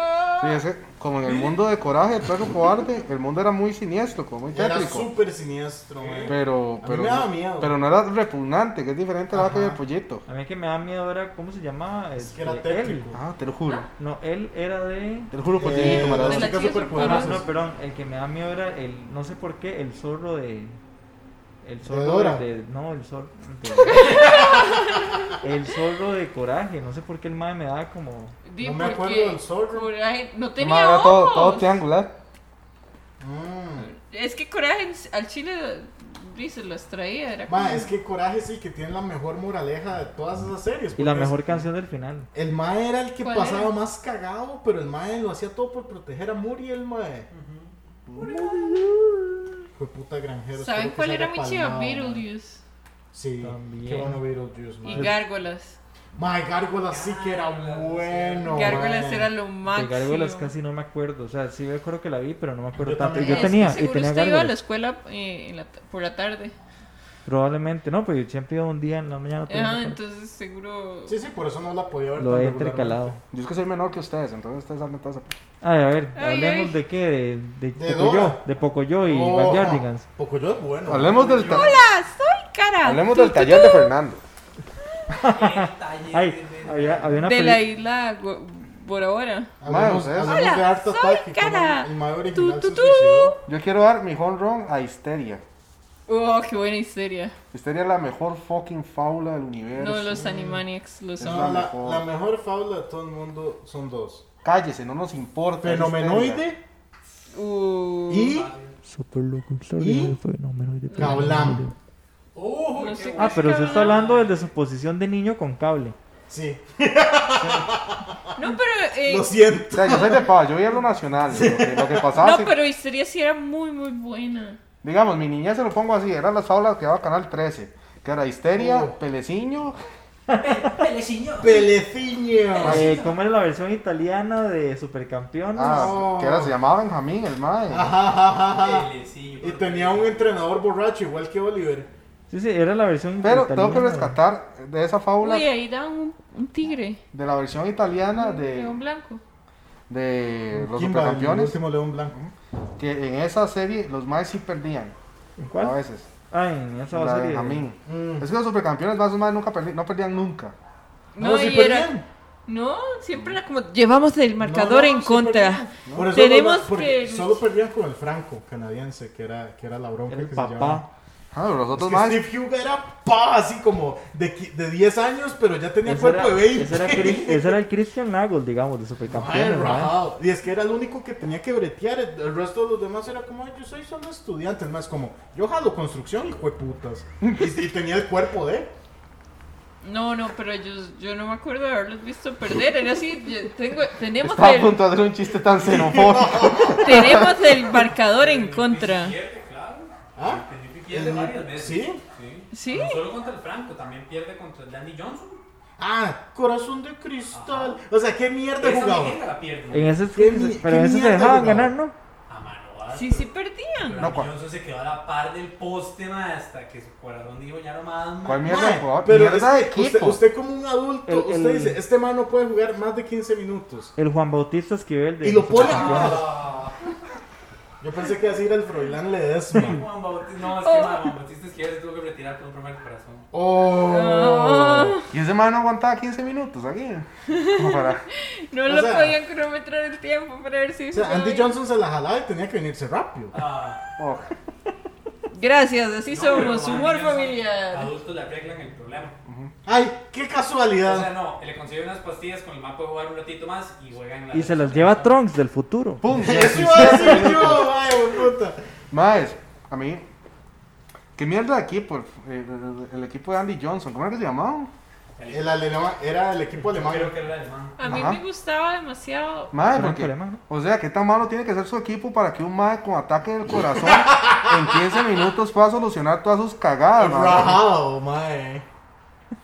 sí, es que como en el mundo de coraje, el perro cobarde, el mundo era muy siniestro, como muy Era tétrico. súper siniestro, ma. Pero, mí pero, me daba no- miedo. pero no era repugnante, que es diferente a la vaca y el Ajá. pollito. A mí que me da miedo era, ¿cómo se llamaba? Es Este, que era él. tétrico. Ah, te lo juro. No, él era de... Te lo juro por Eh, ti, Maradona. las chicas De las chicas Ah, superpoderosas. no, perdón, el que me da miedo era el, no sé por qué, el zorro de... El zorro Dora? de- No, el zorro... de- el zorro de coraje, no sé por qué el mae me daba como... Di, No me acuerdo porque del zorro. Coraje- no No, tenía madre, era todo, ojos. todo triangular. Mm. Es que Coraje en- al chile di, se los traía. Era como... Ma, es que Coraje sí que tiene la mejor moraleja de todas esas series. Y la porque es- mejor canción del final. El Mae era el que ¿Cuál pasaba era? más cagado, pero el Mae lo hacía todo por proteger a Muriel, Mae. Fue puta granjero. ¿Saben cuál era mi chiva? Beetlejuice. Beetlejuice Sí, También. qué bueno Beetlejuice, y Mae. Gárgolas. Mae, Gárgolas sí que era bueno. Gárgolas mae. era lo De máximo. Gárgolas casi no me acuerdo, o sea, sí me acuerdo que la vi, pero no me acuerdo Yo tanto. Y también. Yo tenía, y Seguro tenía usted iba a la Gárgolas, escuela eh, en la ta- por la tarde. probablemente, no, pues yo siempre iba un día en la mañana. todo el Ajá, día. Ah, entonces seguro. Ah, Sí, sí, por eso no la podía ver. Lo tan he regularmente. intercalado. Yo es que soy menor que ustedes, entonces ustedes saben toda esa... Ay, Ah, a ver, Ay, hablemos ay. de qué, de, de, De Pocoyo, Dora. de Pocoyo y Oh, Guardians. Pocoyo es bueno. Hablemos del, ta- ¡Hola! ¡Soy cara! hablemos del taller de Fernando. El taller Ay, de- había, había una De la peli- isla Gu- por ahora. Hablemos, Mae, ustedes- hablemos de Hola, Art soy Attack. y cómo Cara. El Mae original Tu, tu, se tu. suicidó. Yo quiero dar mi home run a Histeria. ¡Oh, qué buena historia! Histeria es la mejor fucking faula del universo. No, los Animaniacs lo Es No, la son. la, mejor. la mejor fábula de todo el mundo son dos. Cállese, no nos importa. es Histeria. Fenomenoide Uh, y Super loco, ¿Y? Gaulam. Uy, No qué sé bueno. Ah, pero usted está hablando del de su posición de niño con cable. Sí, No, pero. eh, lo siento. O sea, yo soy de paz, yo vi a lo nacional. Lo que, lo que pasaba. no, sí- pero Histeria sí era muy, muy buena. Digamos, mi niñez se lo pongo así: eran las fábulas que daba Canal 13. Que era Histeria, Oh. Peleciño. Peleciño. Peleciño. Eh, ¿Cómo era la versión italiana de Supercampeones? Ah, No. que era, se llamaba Benjamín, el mae. Ajá, ajá, ajá. Peleciño. Y tenía un entrenador borracho igual que Oliver. Sí, sí, era la versión Pero tengo que italiana. rescatar de esa fábula, Uy, eh. ahí dan un, un tigre. de la versión italiana un de, blanco. de los Kimba, el supercampeones, último león blanco. que en esa serie los más sí perdían ¿En a ¿Cuál? veces. Ah, en esa la de serie. Benjamín. Mm. Es que los supercampeones más o menos nunca perdían, no perdían nunca. No, No, sí y era- perdían. No, siempre era como llevamos el marcador No, no, en sí contra. perdían. Por eso Tenemos solo- porque que- Solo perdían con el franco canadiense, que era, que era la bronca El que se papá. llevaba. Ah, pero los Es otros que más. Steve Hugo era pa, así como de, qui- de 10 años, pero ya tenía Ese cuerpo era, de 20. ese era Chris- ese era el Christian Nagel, digamos, de Mae, supercampeones. mae. rajado. Y es que era el único que tenía que bretear. El el resto de los demás era como, "Ay, yo soy solo estudiante. Es más, como, yo jalo construcción, hijo de putas. Y, y tenía el cuerpo de. No, no, pero yo, yo no me acuerdo de haberlos visto perder. Era así, yo tengo, tenemos, Estaba a el, punto de hacer un chiste tan xenofóbico. tenemos el marcador en contra. Pierde, claro. ¿Ah? El Yupi pierde varias veces. ¿Sí? Sí. Sí. No solo contra el Franco, también pierde contra el Danny Johnson. Ah, corazón de cristal. O sea, qué mierda Esa jugaba. mierda la pierde. En ese, ¿Qué mi- pero qué en ese se mierda dejaban jugaba? ganar, ¿no? A mano alta. Sí, sí Pero perdían. No, Danny ¿cuál? Johnson se quedó a la par del poste, ma, hasta que su corazón dijo ya no más. ma. ¿Cuál mierda Mae, de jugador? pero Mierda es que de usted, equipo. usted como un adulto, El- usted el- dice, este man no puede jugar más de 15 minutos. El Juan Bautista Esquivel de Y lo los pone supercampeones. Ah, Yo pensé que así era el Froilán Ledesma. Juan Bautista, no, es que Oh. ma, Juan Bautista Esquivel se tuvo que retirar por un problema de corazón. Oh. Y ese man no aguantaba 15 minutos aquí. Como para- No O lo sea- podían cronometrar el tiempo para ver si. O sea, Andy soy- Johnson se la jalaba y tenía que venirse rápido. Ah, Oh. Gracias, así no, pero, somos. ma, Humor ellos familiar. Adultos le arreglan el problema. Ay, qué O sea, casualidad. no, le consigue unas pastillas con el mapa de jugar un ratito más y juegan la Y se las lleva Trunks del futuro. ¡Pum! Eso iba a decir yo, ay, puta. Más, a mí. ¿Qué mierda de equipo? El, el- el equipo de Andy Johnson. ¿Cómo era que se llamaba? El alemán era el equipo Yo alemán. creo que era alemán. A mí Ajá. me gustaba demasiado. Mae, Franco porque, Alemán, o sea, ¿qué tan malo tiene que ser su equipo para que un mae con ataque del corazón en 15 minutos pueda solucionar todas sus cagadas? Ah, mae? Rajado, mae.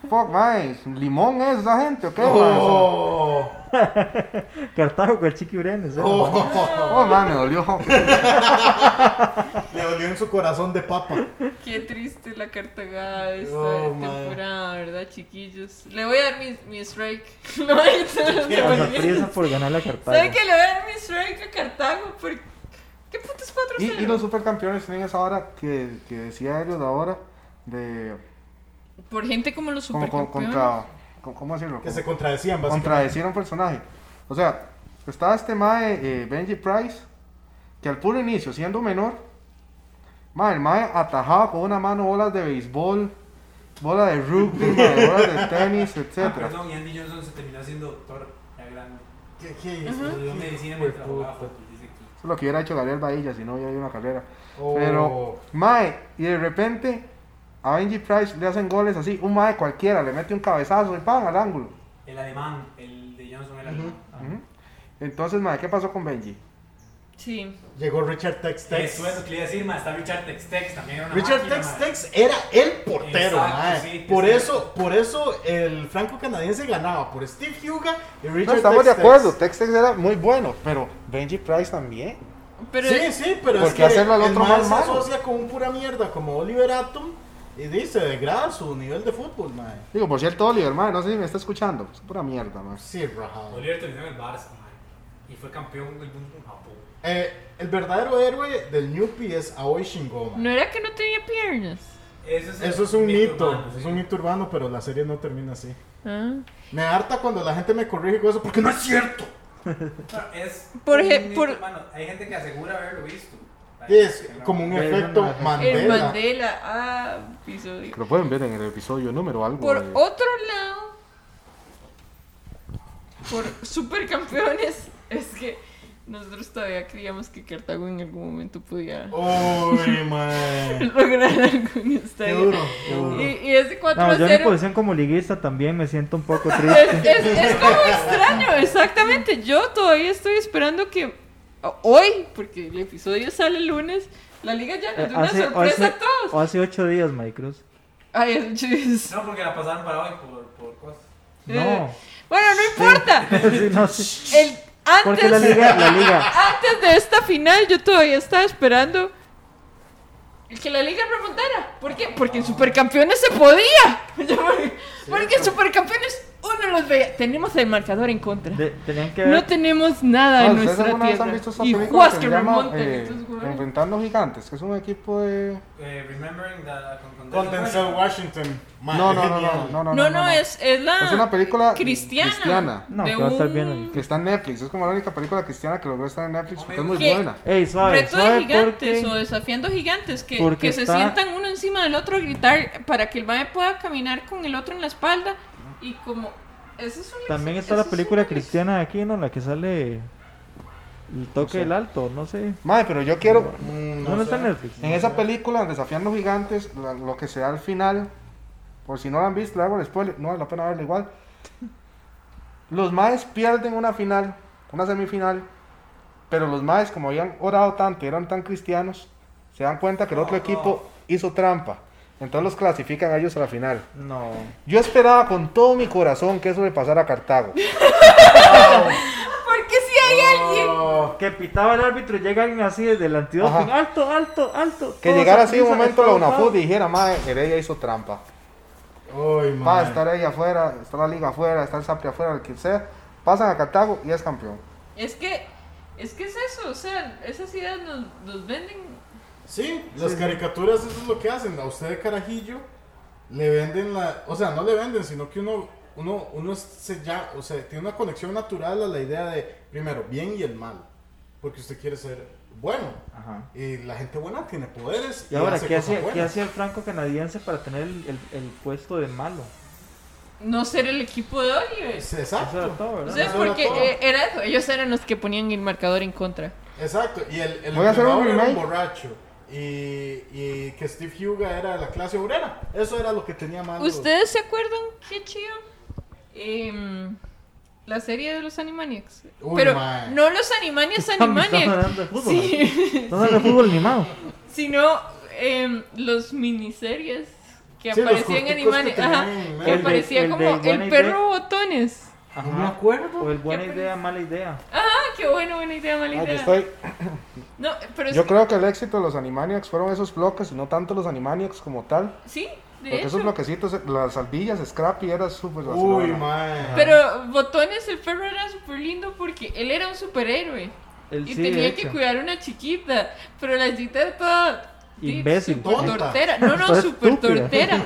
Fuck, mae, ¿Limón es esa gente o qué? mae? Oh, Cartago con el Chiqui Brenes. era, mae. oh. Oh, mae, me dolió. Le dolió en su corazón de papa. Qué triste la cartagada de esta Oh, man. temporada, ¿verdad, chiquillos? Le voy a dar mi, mi strike. No, yo se los A la devolví. prisa por ganar la Cartago. ¿Sabe que le voy a dar mi strike a Cartago? Por... ¿Qué putas cuatro Y, y los supercampeones tienen esa hora que, que decía ellos ahora de. Por gente como los Como, con- supercampeones. contra. con- ¿Cómo decirlo? Que Como- se contradecían, básicamente. contradecir a un personaje. O sea, estaba este mae eh, Benji Price, que al puro inicio, siendo menor, mae, el mae atajaba con una mano bolas de béisbol, bola de rugby, mae, bolas de tenis, Ah, etc. perdón, y Andy Johnson se terminó siendo doctor, ya grande. ¿Qué, qué? Estudió medicina mientras jugaba fútbol, dice aquí. Eso es lo que hubiera hecho Gabriel Bahía si no hubiera habido una carrera. Oh. Pero, mae, y de repente a Benji Price le hacen goles así, un mae cualquiera, le mete un cabezazo y pan al ángulo. El alemán, el de Johnson era alemán. Ah. Ujú. Entonces, mae, ¿qué pasó con Benji? Sí. Llegó Richard Tex Tex. Eso es lo que le iba a decir, ma, está Richard Tex Tex, también era una Richard máquina, Tex ma. Tex era el portero, Exacto, mae. sí, por sí. eso, por eso el franco canadiense ganaba por Steve Huga y Richard No, estamos de Tex-Tex. acuerdo, Tex-Tex era muy bueno, pero Benji Price también. Pero sí, sí, pero ¿Por es qué que hacerlo al el otro mae más se malo? asocia con un pura mierda como Oliver Atom y dice, degrada su nivel de fútbol, mae. Digo, por cierto, Oliver, mae, no sé si me está escuchando. Es pura mierda, mae. Sí, rajado. Oliver terminó en el Barça, ma, y fue campeón del mundo con Japón. Eh, el verdadero héroe del Newpie es Aoi Shingoma. no era que no tenía piernas. Eso es, el Eso es un mito, urbano, es sí. un mito urbano, pero la serie no termina así. Ah. Me harta cuando la gente me corrige con eso porque no es cierto. No, es Por un eje- mito por- urbano. Hay gente que asegura haberlo visto. Es Que no. como un Pero efecto no es así. Mandela. El Mandela. Ah, episodio. Lo pueden ver en el episodio número algo. Por de- otro lado, por supercampeones, es que nosotros todavía creíamos que Cartago en algún momento podía Uy, mae. lograr algún Qué estadio. duro, qué duro. Y, y ese 4 No, yo en mi 0 posición como liguista también me siento un poco es, triste. es- es como extraño, exactamente. Yo todavía estoy esperando que hoy, porque el episodio sale el lunes, la liga ya nos Eh, dé una hace, o sorpresa hace, a todos. o hace ocho días, Mike Cruz. Ay, el chis. No, porque la pasaron para hoy por, por cosas. Eh. No. Bueno, no importa. Sí, no, sí. El, antes Porque la liga, la liga. Antes de esta final yo todavía estaba esperando El que la liga remontara. ¿Por qué? Porque en Supercampeones se podía. Porque en Supercampeones uno los veía. Tenemos el marcador en contra. De- tenían que ver. No tenemos nada Ah, en ¿Ustedes nuestra alguna vez han tierra. visto esa Y película juas que que se llama remontan eh, estos güeyes. Enfrentando Gigantes? Que es un equipo de... Eh, remembering that con, con Con Denzel Denzel Washington. Washington. Ma, No, no, es no, no, genial. no, no, no, No, no, es, es la Es una película cristiana. cristiana. No, de que va a estar un- bien el- Que está en Netflix. Es como la única película cristiana que logró estar en Netflix porque es muy ¿Qué? buena. Ey, suave, Reto de suave gigantes o porque- desafiando gigantes que, porque que se está- sientan uno encima del otro a gritar para que el mae pueda caminar con el otro en la espalda y como eso es un También ex- está la eso es película un ex- cristiana de aquí, ¿no? La que sale el toque sé. del alto, no sé. Madre, pero yo quiero... Mm, No, no está en sé. Netflix. En esa película, en Desafiando Gigantes, la- lo que se da al final, por si no la han visto, le hago el spoiler, no vale la pena verla igual. Los maes pierden una final, una semifinal, pero los maes, como habían orado tanto y eran tan cristianos, se dan cuenta que el otro equipo hizo trampa. Entonces los clasifican a ellos a la final. No. Yo esperaba con todo mi corazón que eso le pasara a Cartago. porque si hay Oh. alguien Que pitaba el árbitro y llega alguien así desde el antidoping. Ajá. Alto, alto, alto. Que Todos llegara se así un cruzan, momento la estaba UNAFUT foul. y dijera, mae, Heredia hizo trampa. Ay, ma. Va a estar ella afuera, está la liga afuera, está el Sapri afuera, el que sea. Pasan a Cartago y es campeón. es que es que es eso o sea esas ideas nos, nos venden Sí, las caricaturas eso es lo que hacen. A usted de carajillo le venden la... O sea, no le venden, sino que uno, uno, uno se ya, o sea, tiene una conexión natural a la idea de, primero, bien y el mal. Porque usted quiere ser bueno. Ajá. Y la gente buena tiene poderes. Y ahora, hace ¿qué cosas hacía, ¿qué buenas. hacía el franco canadiense para tener el, el- el puesto de malo? no ser el equipo de Oliver Sí, Eso era Exacto. todo, o ¿verdad? sea Eso era porque todo. eh, era eso, ellos eran los que ponían el marcador en contra Exacto. Y el, el Voy a hacer un entrenador era remake. borracho. Y, y que Steve Huga era de la clase obrera. Eso era lo que tenía mal. los- ¿Ustedes se acuerdan? Qué chido. Em, la serie de los Animaniacs. Uy, Pero mae. no los Animaniacs Estamos Animaniacs, hablando de fútbol. sí, No era fútbol animado. sino em, los miniseries que Sí, los aparecían en corticos que Animaniacs. tenían Ajá, en El que de- Animaniacs. aparecía el de como Buena el Idea. perro botones. No me acuerdo. O el buena Qué idea, mala idea. Ah, qué bueno, buena idea, mala Ah, yo, idea. estoy- No, pero yo sí, creo que el éxito de los Animaniacs fueron esos bloques y no tanto los Animaniacs como tal. sí, de Porque hecho. esos bloquecitos, eh, las albillas, Scrappy era súper Uy, vacilona. mae. Pero Botones, el perro era súper lindo porque él era un superhéroe. El Y sí, de tenía que hecho. cuidar una chiquita, pero la chiquita era toda... sí, Imbécil. súper Tonta. tortera. No, no, Toda súper estúpida. tortera.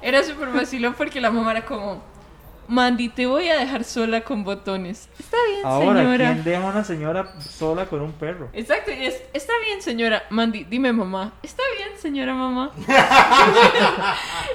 Era súper vacilón porque la mamá era como... Mandy, te voy a dejar sola con botones. Está bien, Ahora, señora. ¿quién deja a una señora sola con un perro? Exacto, y es- está bien, señora. Mandy, dime mamá. Está bien, señora mamá.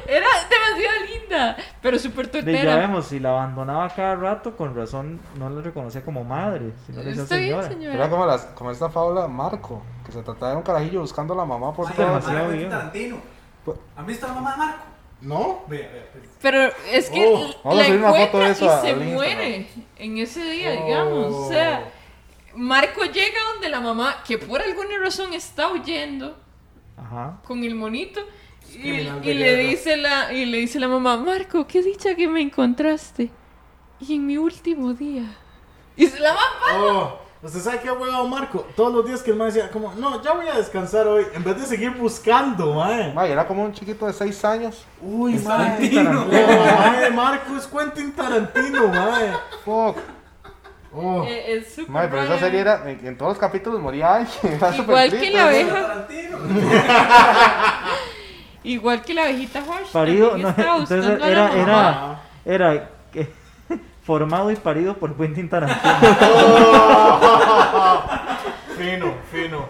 era demasiado linda, pero súper De, ya tortera. vemos, si la abandonaba cada rato, con razón no la reconocía como madre, sino le decía Está bien, señora. Era señora. como, las, como esta fábula Marco, que se trataba de un carajillo buscando a la mamá por Ay, Súper todo. mamá, demasiado Quentin bien. Tarantino. Pues- ¿Han visto la mamá de Marco? ¿No? Vea, vea, pues. Pero es que Oh, vamos a la subir una foto de encuentra eso y a- se al Instagram. muere en ese día, Oh. digamos. O sea, Oh. Marco llega donde la mamá, que por alguna razón está huyendo Ajá. con el monito, y, criminal de y le guerra. dice la, y le dice la mamá, Marco, qué dicha que me encontraste. Y en mi último día. Y se la mamá. Oh, ¿Usted sabe qué ha huevado Marco? Todos los días que el man decía, como, no, ya voy a descansar hoy. En vez de seguir buscando, mae. Mae, era como un chiquito de 6 años. Uy, mae. Tarantino. La mamá de Marco es Quentin Tarantino, mae. Fuck. Oh. eh, es súper Mae, pero esa rara. serie era, en, en todos los capítulos moría alguien. era súper Igual que triste, la ¿no? abeja, Tarantino. igual que la abejita Hush. Parido, también no, estaba entonces buscando a la era, mamá. era, era que- formado y parido por Quentin Tarantino. Fino, fino.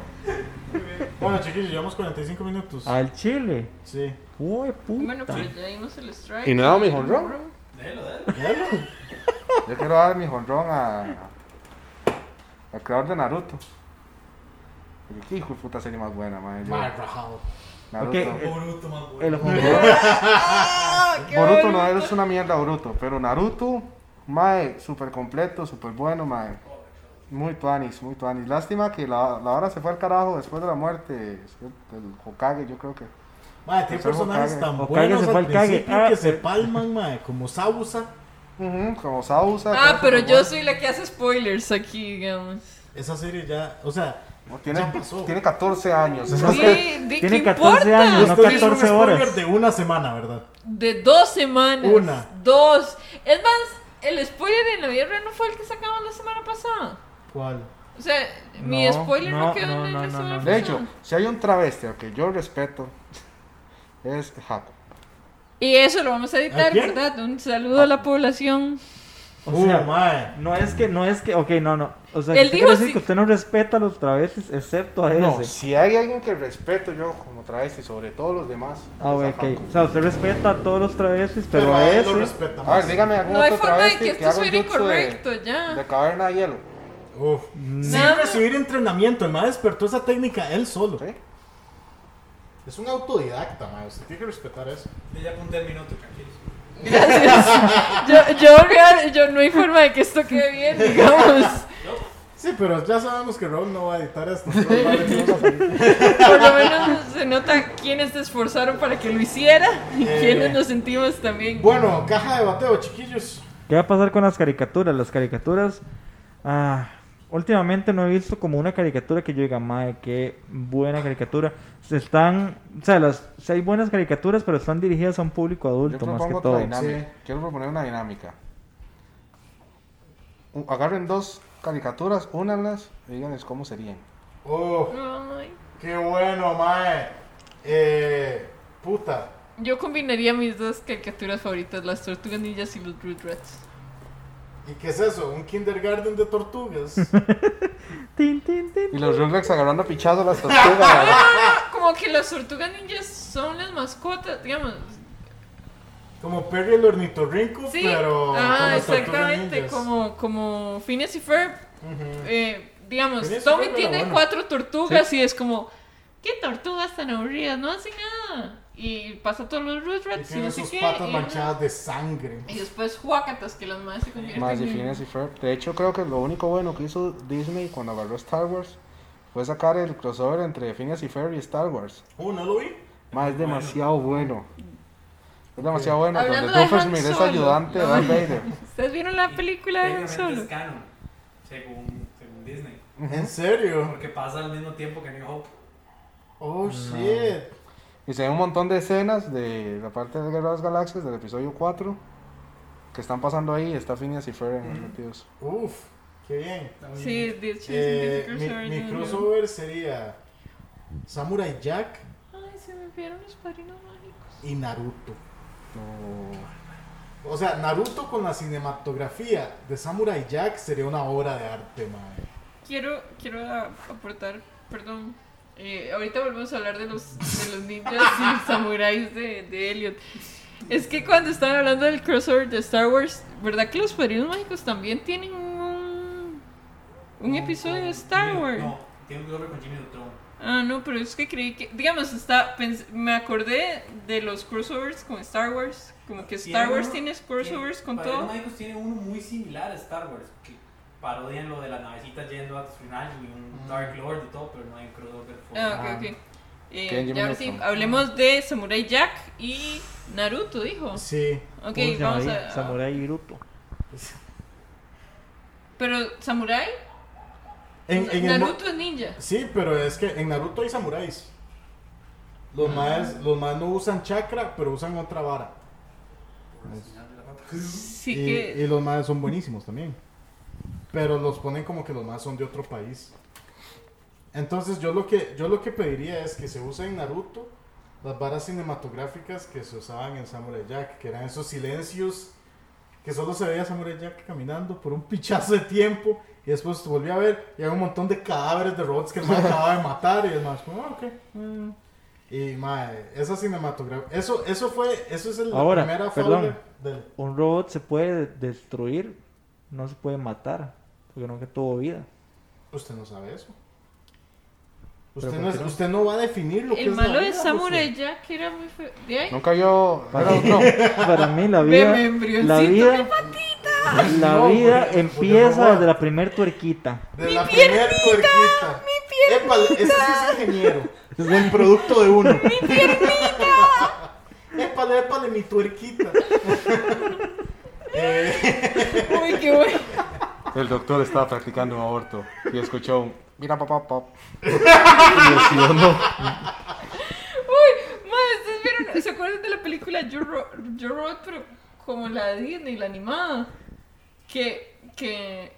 Bueno, chiquillos, llevamos 45 minutos. Al chile. Sí. Uy, puta. Bueno, pues ya dimos el strike. Y no era mi jonrón. Déjelo, déjelo. Claro. Yo quiero dar mi jonrón a. al creador de Naruto. Porque qué hijo de puta serie más buena, man. Yo- Mae, rajado. Naruto. Ok. Boruto, más bueno. el jonrón. Ah, Boruto no es una mierda, Boruto. Pero Naruto, mae, súper completo, súper bueno, mae. Muy tuanis, muy tuanis. Lástima que la, la hora se fue al carajo después de la muerte del Hokage, yo creo que. Mae, tiene Pensaba personajes Hokage. tan Hokage buenos se fue al al cague. principio Ah, que se palman, mae, como Sausa. Ujú, como Sausa. Ah, que era pero súper yo bueno. soy la que hace spoilers aquí, digamos. Esa serie ya, o sea, No, tiene, Ya pasó. tiene 14 años. Sí, ¿de Tiene qué 14 importa? años, no Esto es un 14 spoiler horas. de una semana, ¿verdad? De dos semanas. Una. Dos. Es más, el spoiler en la vida real no fue el que sacamos la semana pasada. ¿Cuál? O sea, mi No, spoiler no, no, quedó no, en no, la no, semana no. pasada. De hecho, si hay un travesti al que yo respeto, es Jaco. Y eso lo vamos a ¿A editar, quién? ¿verdad? Un saludo a la población. O Uh, sea, mae. no es que, no es que, ok, no, no. O sea, Él usted dijo quiere decir sí. que usted no respeta a los travestis, excepto a No, ese. si hay alguien que respeto yo como travesti sobre todos los demás, pues, Ah, es a ok. Jaco. O sea, usted respeta a todos los travestis, pero, Pero a a él lo ese. respeta A ver, más. dígame algún No hay otro forma de travesti que esto haga un suene jutsu de- incorrecto, ya. De caverna de hielo. Uf. Mm. Nada. Sin recibir entrenamiento, el mae despertó esa técnica él solo. ¿sí? Es un autodidacta, mae. Usted tiene que respetar eso. Yo ya apunté el minuto, tranquilos. Yo, yo, real- yo no hay forma de que esto quede bien, digamos. Sí, pero ya sabemos que Ron no va a editar esto. solo va a decir una película. Por lo menos se nota quiénes se esforzaron para que lo hiciera y Eh. quiénes nos sentimos también. bueno, caja de bateo, chiquillos. ¿Qué va a pasar con las caricaturas? Las caricaturas. Ah, últimamente no he visto como una caricatura que yo diga, madre, qué buena caricatura. Se están. O sea, las, sí hay buenas caricaturas, pero están dirigidas a un público Yo adulto pues más que propongo otra todo. dinámica. Quiero proponer una dinámica. U- Agarren dos caricaturas, únanlas y díganles cómo serían. Oh, Ay, qué bueno, mae. Eh, puta. yo combinaría mis dos caricaturas favoritas, las tortugas ninjas y los Rugrats. ¿Y qué es eso? ¿Un kindergarten de tortugas? Tin, tin, tin. Y los Rugrats agarrando pichados las tortugas. Como que las tortugas ninjas son las mascotas, digamos. Como Perry el ornitorrinco, Sí, pero... con ah, las tortugas exactamente, ninjas. como, como Phineas y Ferb. Ujú. eh, digamos, Phineas y Tommy Ferb era tiene bueno. cuatro tortugas y es como, ¿qué tortugas tan aburridas? No hacen nada. Y pasa todos los Y Rugrats y, tiene no sé sus qué. patas y- manchadas de sangre. Y después Huacatas, que las más se convierten Más de en... Phineas y Ferb. De hecho, creo que lo único bueno que hizo Disney cuando agarró Star Wars fue sacar el crossover entre Phineas y Ferb y Star Wars. Uh, ¿no lo vi? Más es demasiado bueno. Es demasiado bueno. Hablando de donde Rufus Han Mir es Solo, ayudante de ¿no? Darth Vader. ¿Ustedes vieron la película de Han Técnicamente Solo? es canon, según, según Disney. ¿En serio? Porque pasa al mismo tiempo que New Hope. Oh, shit. Y se ven un montón de escenas de la parte de Guerra de las Galaxias del episodio 4 que están pasando ahí. Está Phineas y Ferb en metidos. Uf, qué bien. Sí, de hecho, Eh, sí, mi, crossover, mi ¿no? crossover sería Samurai Jack Ay, se me olvidaron los padrinos mágicos. y Naruto. No. O sea, Naruto con la cinematografía de Samurai Jack sería una obra de arte, madre. Quiero, quiero a- aportar, perdón. eh, ahorita volvemos a hablar de los, de los ninjas y samuráis de, de Elliot. Es que cuando estaban hablando del crossover de Star Wars, ¿verdad que los padrinos mágicos también tienen un, un episodio de Star Jimmy- Wars? No, tiene un crossover con Jimmy Neutron. Ah, no, pero es que creí que. Digamos, está, pens- me acordé de los crossovers con Star Wars. Como que Star Tiene Wars uno- tiene crossovers tiene- con Padrino todo. Mágicos tiene uno muy similar a Star Wars, que parodian lo de la navecita yendo a su final y un Dark Lord y todo, pero no hay un crossover. full. Ah, ok, ok. Eh, Kenji ya ahora sí, Mineiro. hablemos de Samurai Jack y Naruto, dijo. Sí. ¿Cómo Ok, se llama vamos ahí? a. Samurai Iruto. Pero, ¿Samurai? En, en el mo- Naruto es ninja. sí, pero es que en Naruto hay samuráis. Ah. Los maes, los maes no usan chakra, pero usan otra vara. Sí y, que. y los maes son buenísimos también. Pero los ponen como que los maes son de otro país. Entonces yo lo que yo lo que pediría es que se use en Naruto las varas cinematográficas que se usaban en Samurai Jack, que eran esos silencios que solo se veía Samurai Jack caminando por un pichazo de tiempo y después te volví a ver y había un montón de cadáveres de robots que el mae acababa de matar y el mae es como, ah, ok. mm". Y mae, esa cinematografía, eso eso fue, eso es el- la Ahora, primera perdón. falla del Un robot se puede destruir, no se puede matar, porque nunca tuvo vida. Usted no sabe eso. Pero Usted ¿por no, qué es- no? usted no va a definir lo que El es malo la de vida, Samurai Josué. Jack era muy feo. ¿De ahí? Nunca yo. Era otro. Para mí la vida, Veme, embrioncito, la mi vida, la No, vida porque- porque no empieza va. desde la primer tuerquita. De la primer puerquita. Mi Épale, ese sí es ingeniero. Es el producto de uno. ¡Mi piernita! Épale, épale, mi tuerquita. Eh, Uy, qué bueno. El doctor estaba practicando un aborto y escuchó un mira papá pop. Y decidió no. Uy, madre, ¿ustedes vieron? ¿Se acuerdan de la película Yo, Ro- Yo Robot, pero como la de Disney, la animada? Que, que...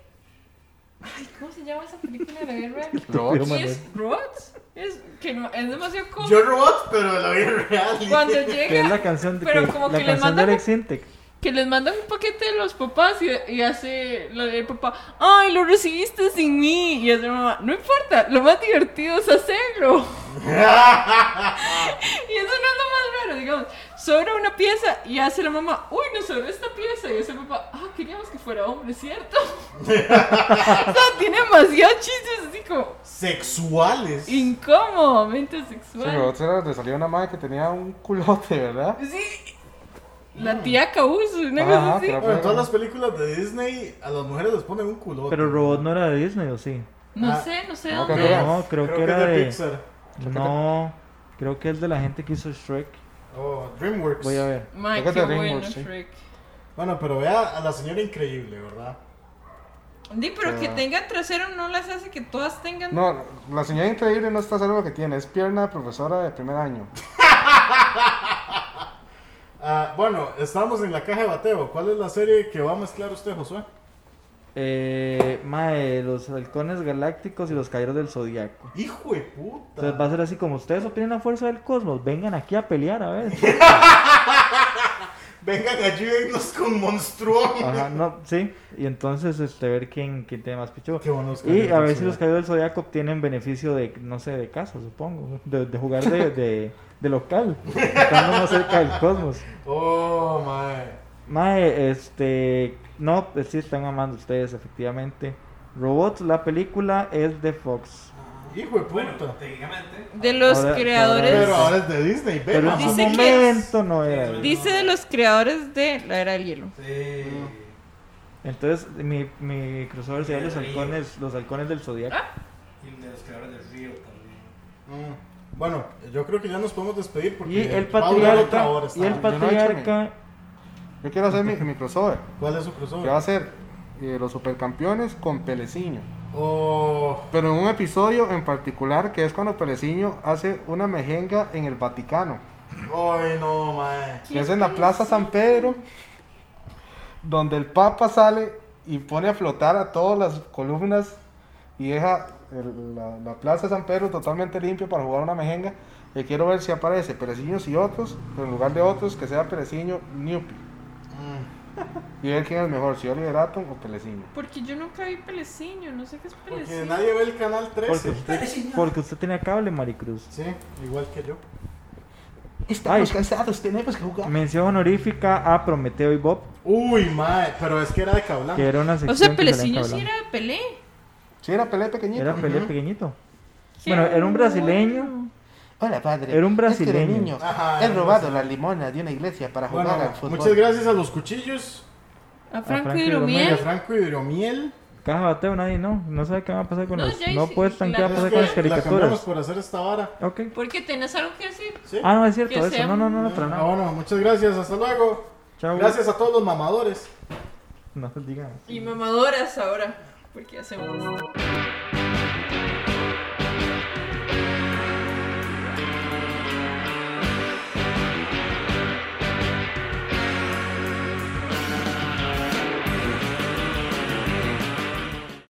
Ay, ¿cómo se llama esa película de la guerra? Robots. ¿Sí es Robots? Es, que no, es demasiado como... Yo robot, pero de la vida real. Cuando Que es llega, la canción de, pero que, como la que le canción de mandan- Alex Intec. que les mandan un paquete de los papás y, y hace lo del papá, ay, lo recibiste sin mí. Y hace la mamá, no importa, lo más divertido es hacerlo. y eso no es lo más raro, digamos, sobra una pieza y hace la mamá, uy, nos sobró esta pieza. Y hace el papá, ah, queríamos que fuera hombre, ¿cierto? o sea, tiene demasiado chistes así como Sexuales. incómodamente Sí, sexual. robots era donde salía una madre que tenía un culote, ¿verdad? Sí, la tía Causo, una Ajá, Ah, cosa así. que la Bueno, en todas las películas de Disney a las mujeres les ponen un culote. Pero Robot no era de Disney, ¿o sí? No Ah, sé, no sé no, dónde. creo que- No, creo, que, era es de de... Pixar. No, creo que es de la gente que hizo Shrek. Oh, DreamWorks. Voy a ver. Mike, Creo que qué es de bueno, DreamWorks, sí. Shrek. Bueno, pero vea a la señora increíble, ¿verdad? Di, pero que Ah. tengan trasero no las hace que todas tengan. No, la señora increíble no está solo lo que tiene, es pierna de profesora de primer año. Ah, bueno, estamos en la caja de bateo. ¿Cuál es la serie que va a mezclar usted, Josué? Eh, mae, los halcones galácticos y los caballeros del zodiaco. Hijo de puta. Entonces va a ser así como ustedes opinan la fuerza del cosmos, vengan aquí a pelear a ver. Vengan, ayúdennos con Monstruo. Ajá, no, sí. Y entonces este ver quién, quién tiene más pichu. Qué buenos Y a caballeros ver del si los Zodiaco. caballeros del zodiaco obtienen beneficio de, no sé, de casa, supongo. De, de jugar de, de, de local. Estando más cerca del cosmos. Oh, my. Mae, este. No, pues sí están amando ustedes, efectivamente. Robots, la película es de Fox. Hijo de Bueno, puta. técnicamente. De los Ahora- creadores. Pero ahora es de Disney, Pero pero en su Dice que- momento no era. Dice- Dice de los creadores de la era del hielo. Sí. Entonces, mi, mi crossover sería los halcones, los halcones del zodiaco. Y de los creadores del río también. Mm. Bueno, yo creo que ya nos podemos despedir porque Y el Pablo era otra patriarca. hora, está Y el bien. Yo no he hecho patriarca. Yo quiero hacer mi, mi crossover, ¿Cuál es su que va a crossover? ser eh, los supercampeones con Peleciño. Oh, Pero en un episodio en particular que es cuando Peleciño hace una mejenga en el Vaticano. ay no, mae. que es en la Plaza San Pedro, donde el Papa sale y pone a flotar a todas las columnas y deja el- la, la Plaza San Pedro totalmente limpia para jugar una mejenga. Y quiero ver si aparece Pereciños y otros, pero en lugar de otros, que sea Pereciño Newpi. Mm. Y ver quién es mejor, si Oliver Atom o Pereciño. Porque yo nunca vi Peleciño, no sé qué es Porque Peleciño. nadie ve el canal Porque 13. usted, porque usted tenía cable, Maricruz. Sí, igual que yo. Estamos cansados, tenemos que jugar. Mención honorífica a Prometeo y Bob, Uy, mae, pero es que era de Cablan. que era una sección. O sea, que salía en Peleciño sí Cableando. era de Pelé. Sí, era Pelé pequeñito. Era Pelé Ujú. pequeñito. Qué Bueno, era un brasileño. bueno. Hola, padre. Era un brasileño. Ajá, era un las limonas de una iglesia para Bueno, muchas gracias a los cuchillos, A Franco Franco y y a Hidromiel. Franco Hidromiel. Caja bateo, nadie, no. No sabe qué va a pasar con No, las. ya No hice- puedes tan qué va a la- pasar Es con las que la cambiamos caricaturas. por hacer esta vara. Ok. Porque tenés algo que decir. ¿sí? Ah, no, es cierto, Que eso. sea No, no, no, no, Ah, para nada. bueno, muchas gracias, hasta luego. Chao. Gracias a todos los mamadores. No, digan. Y mamadoras ahora. Porque hacemos.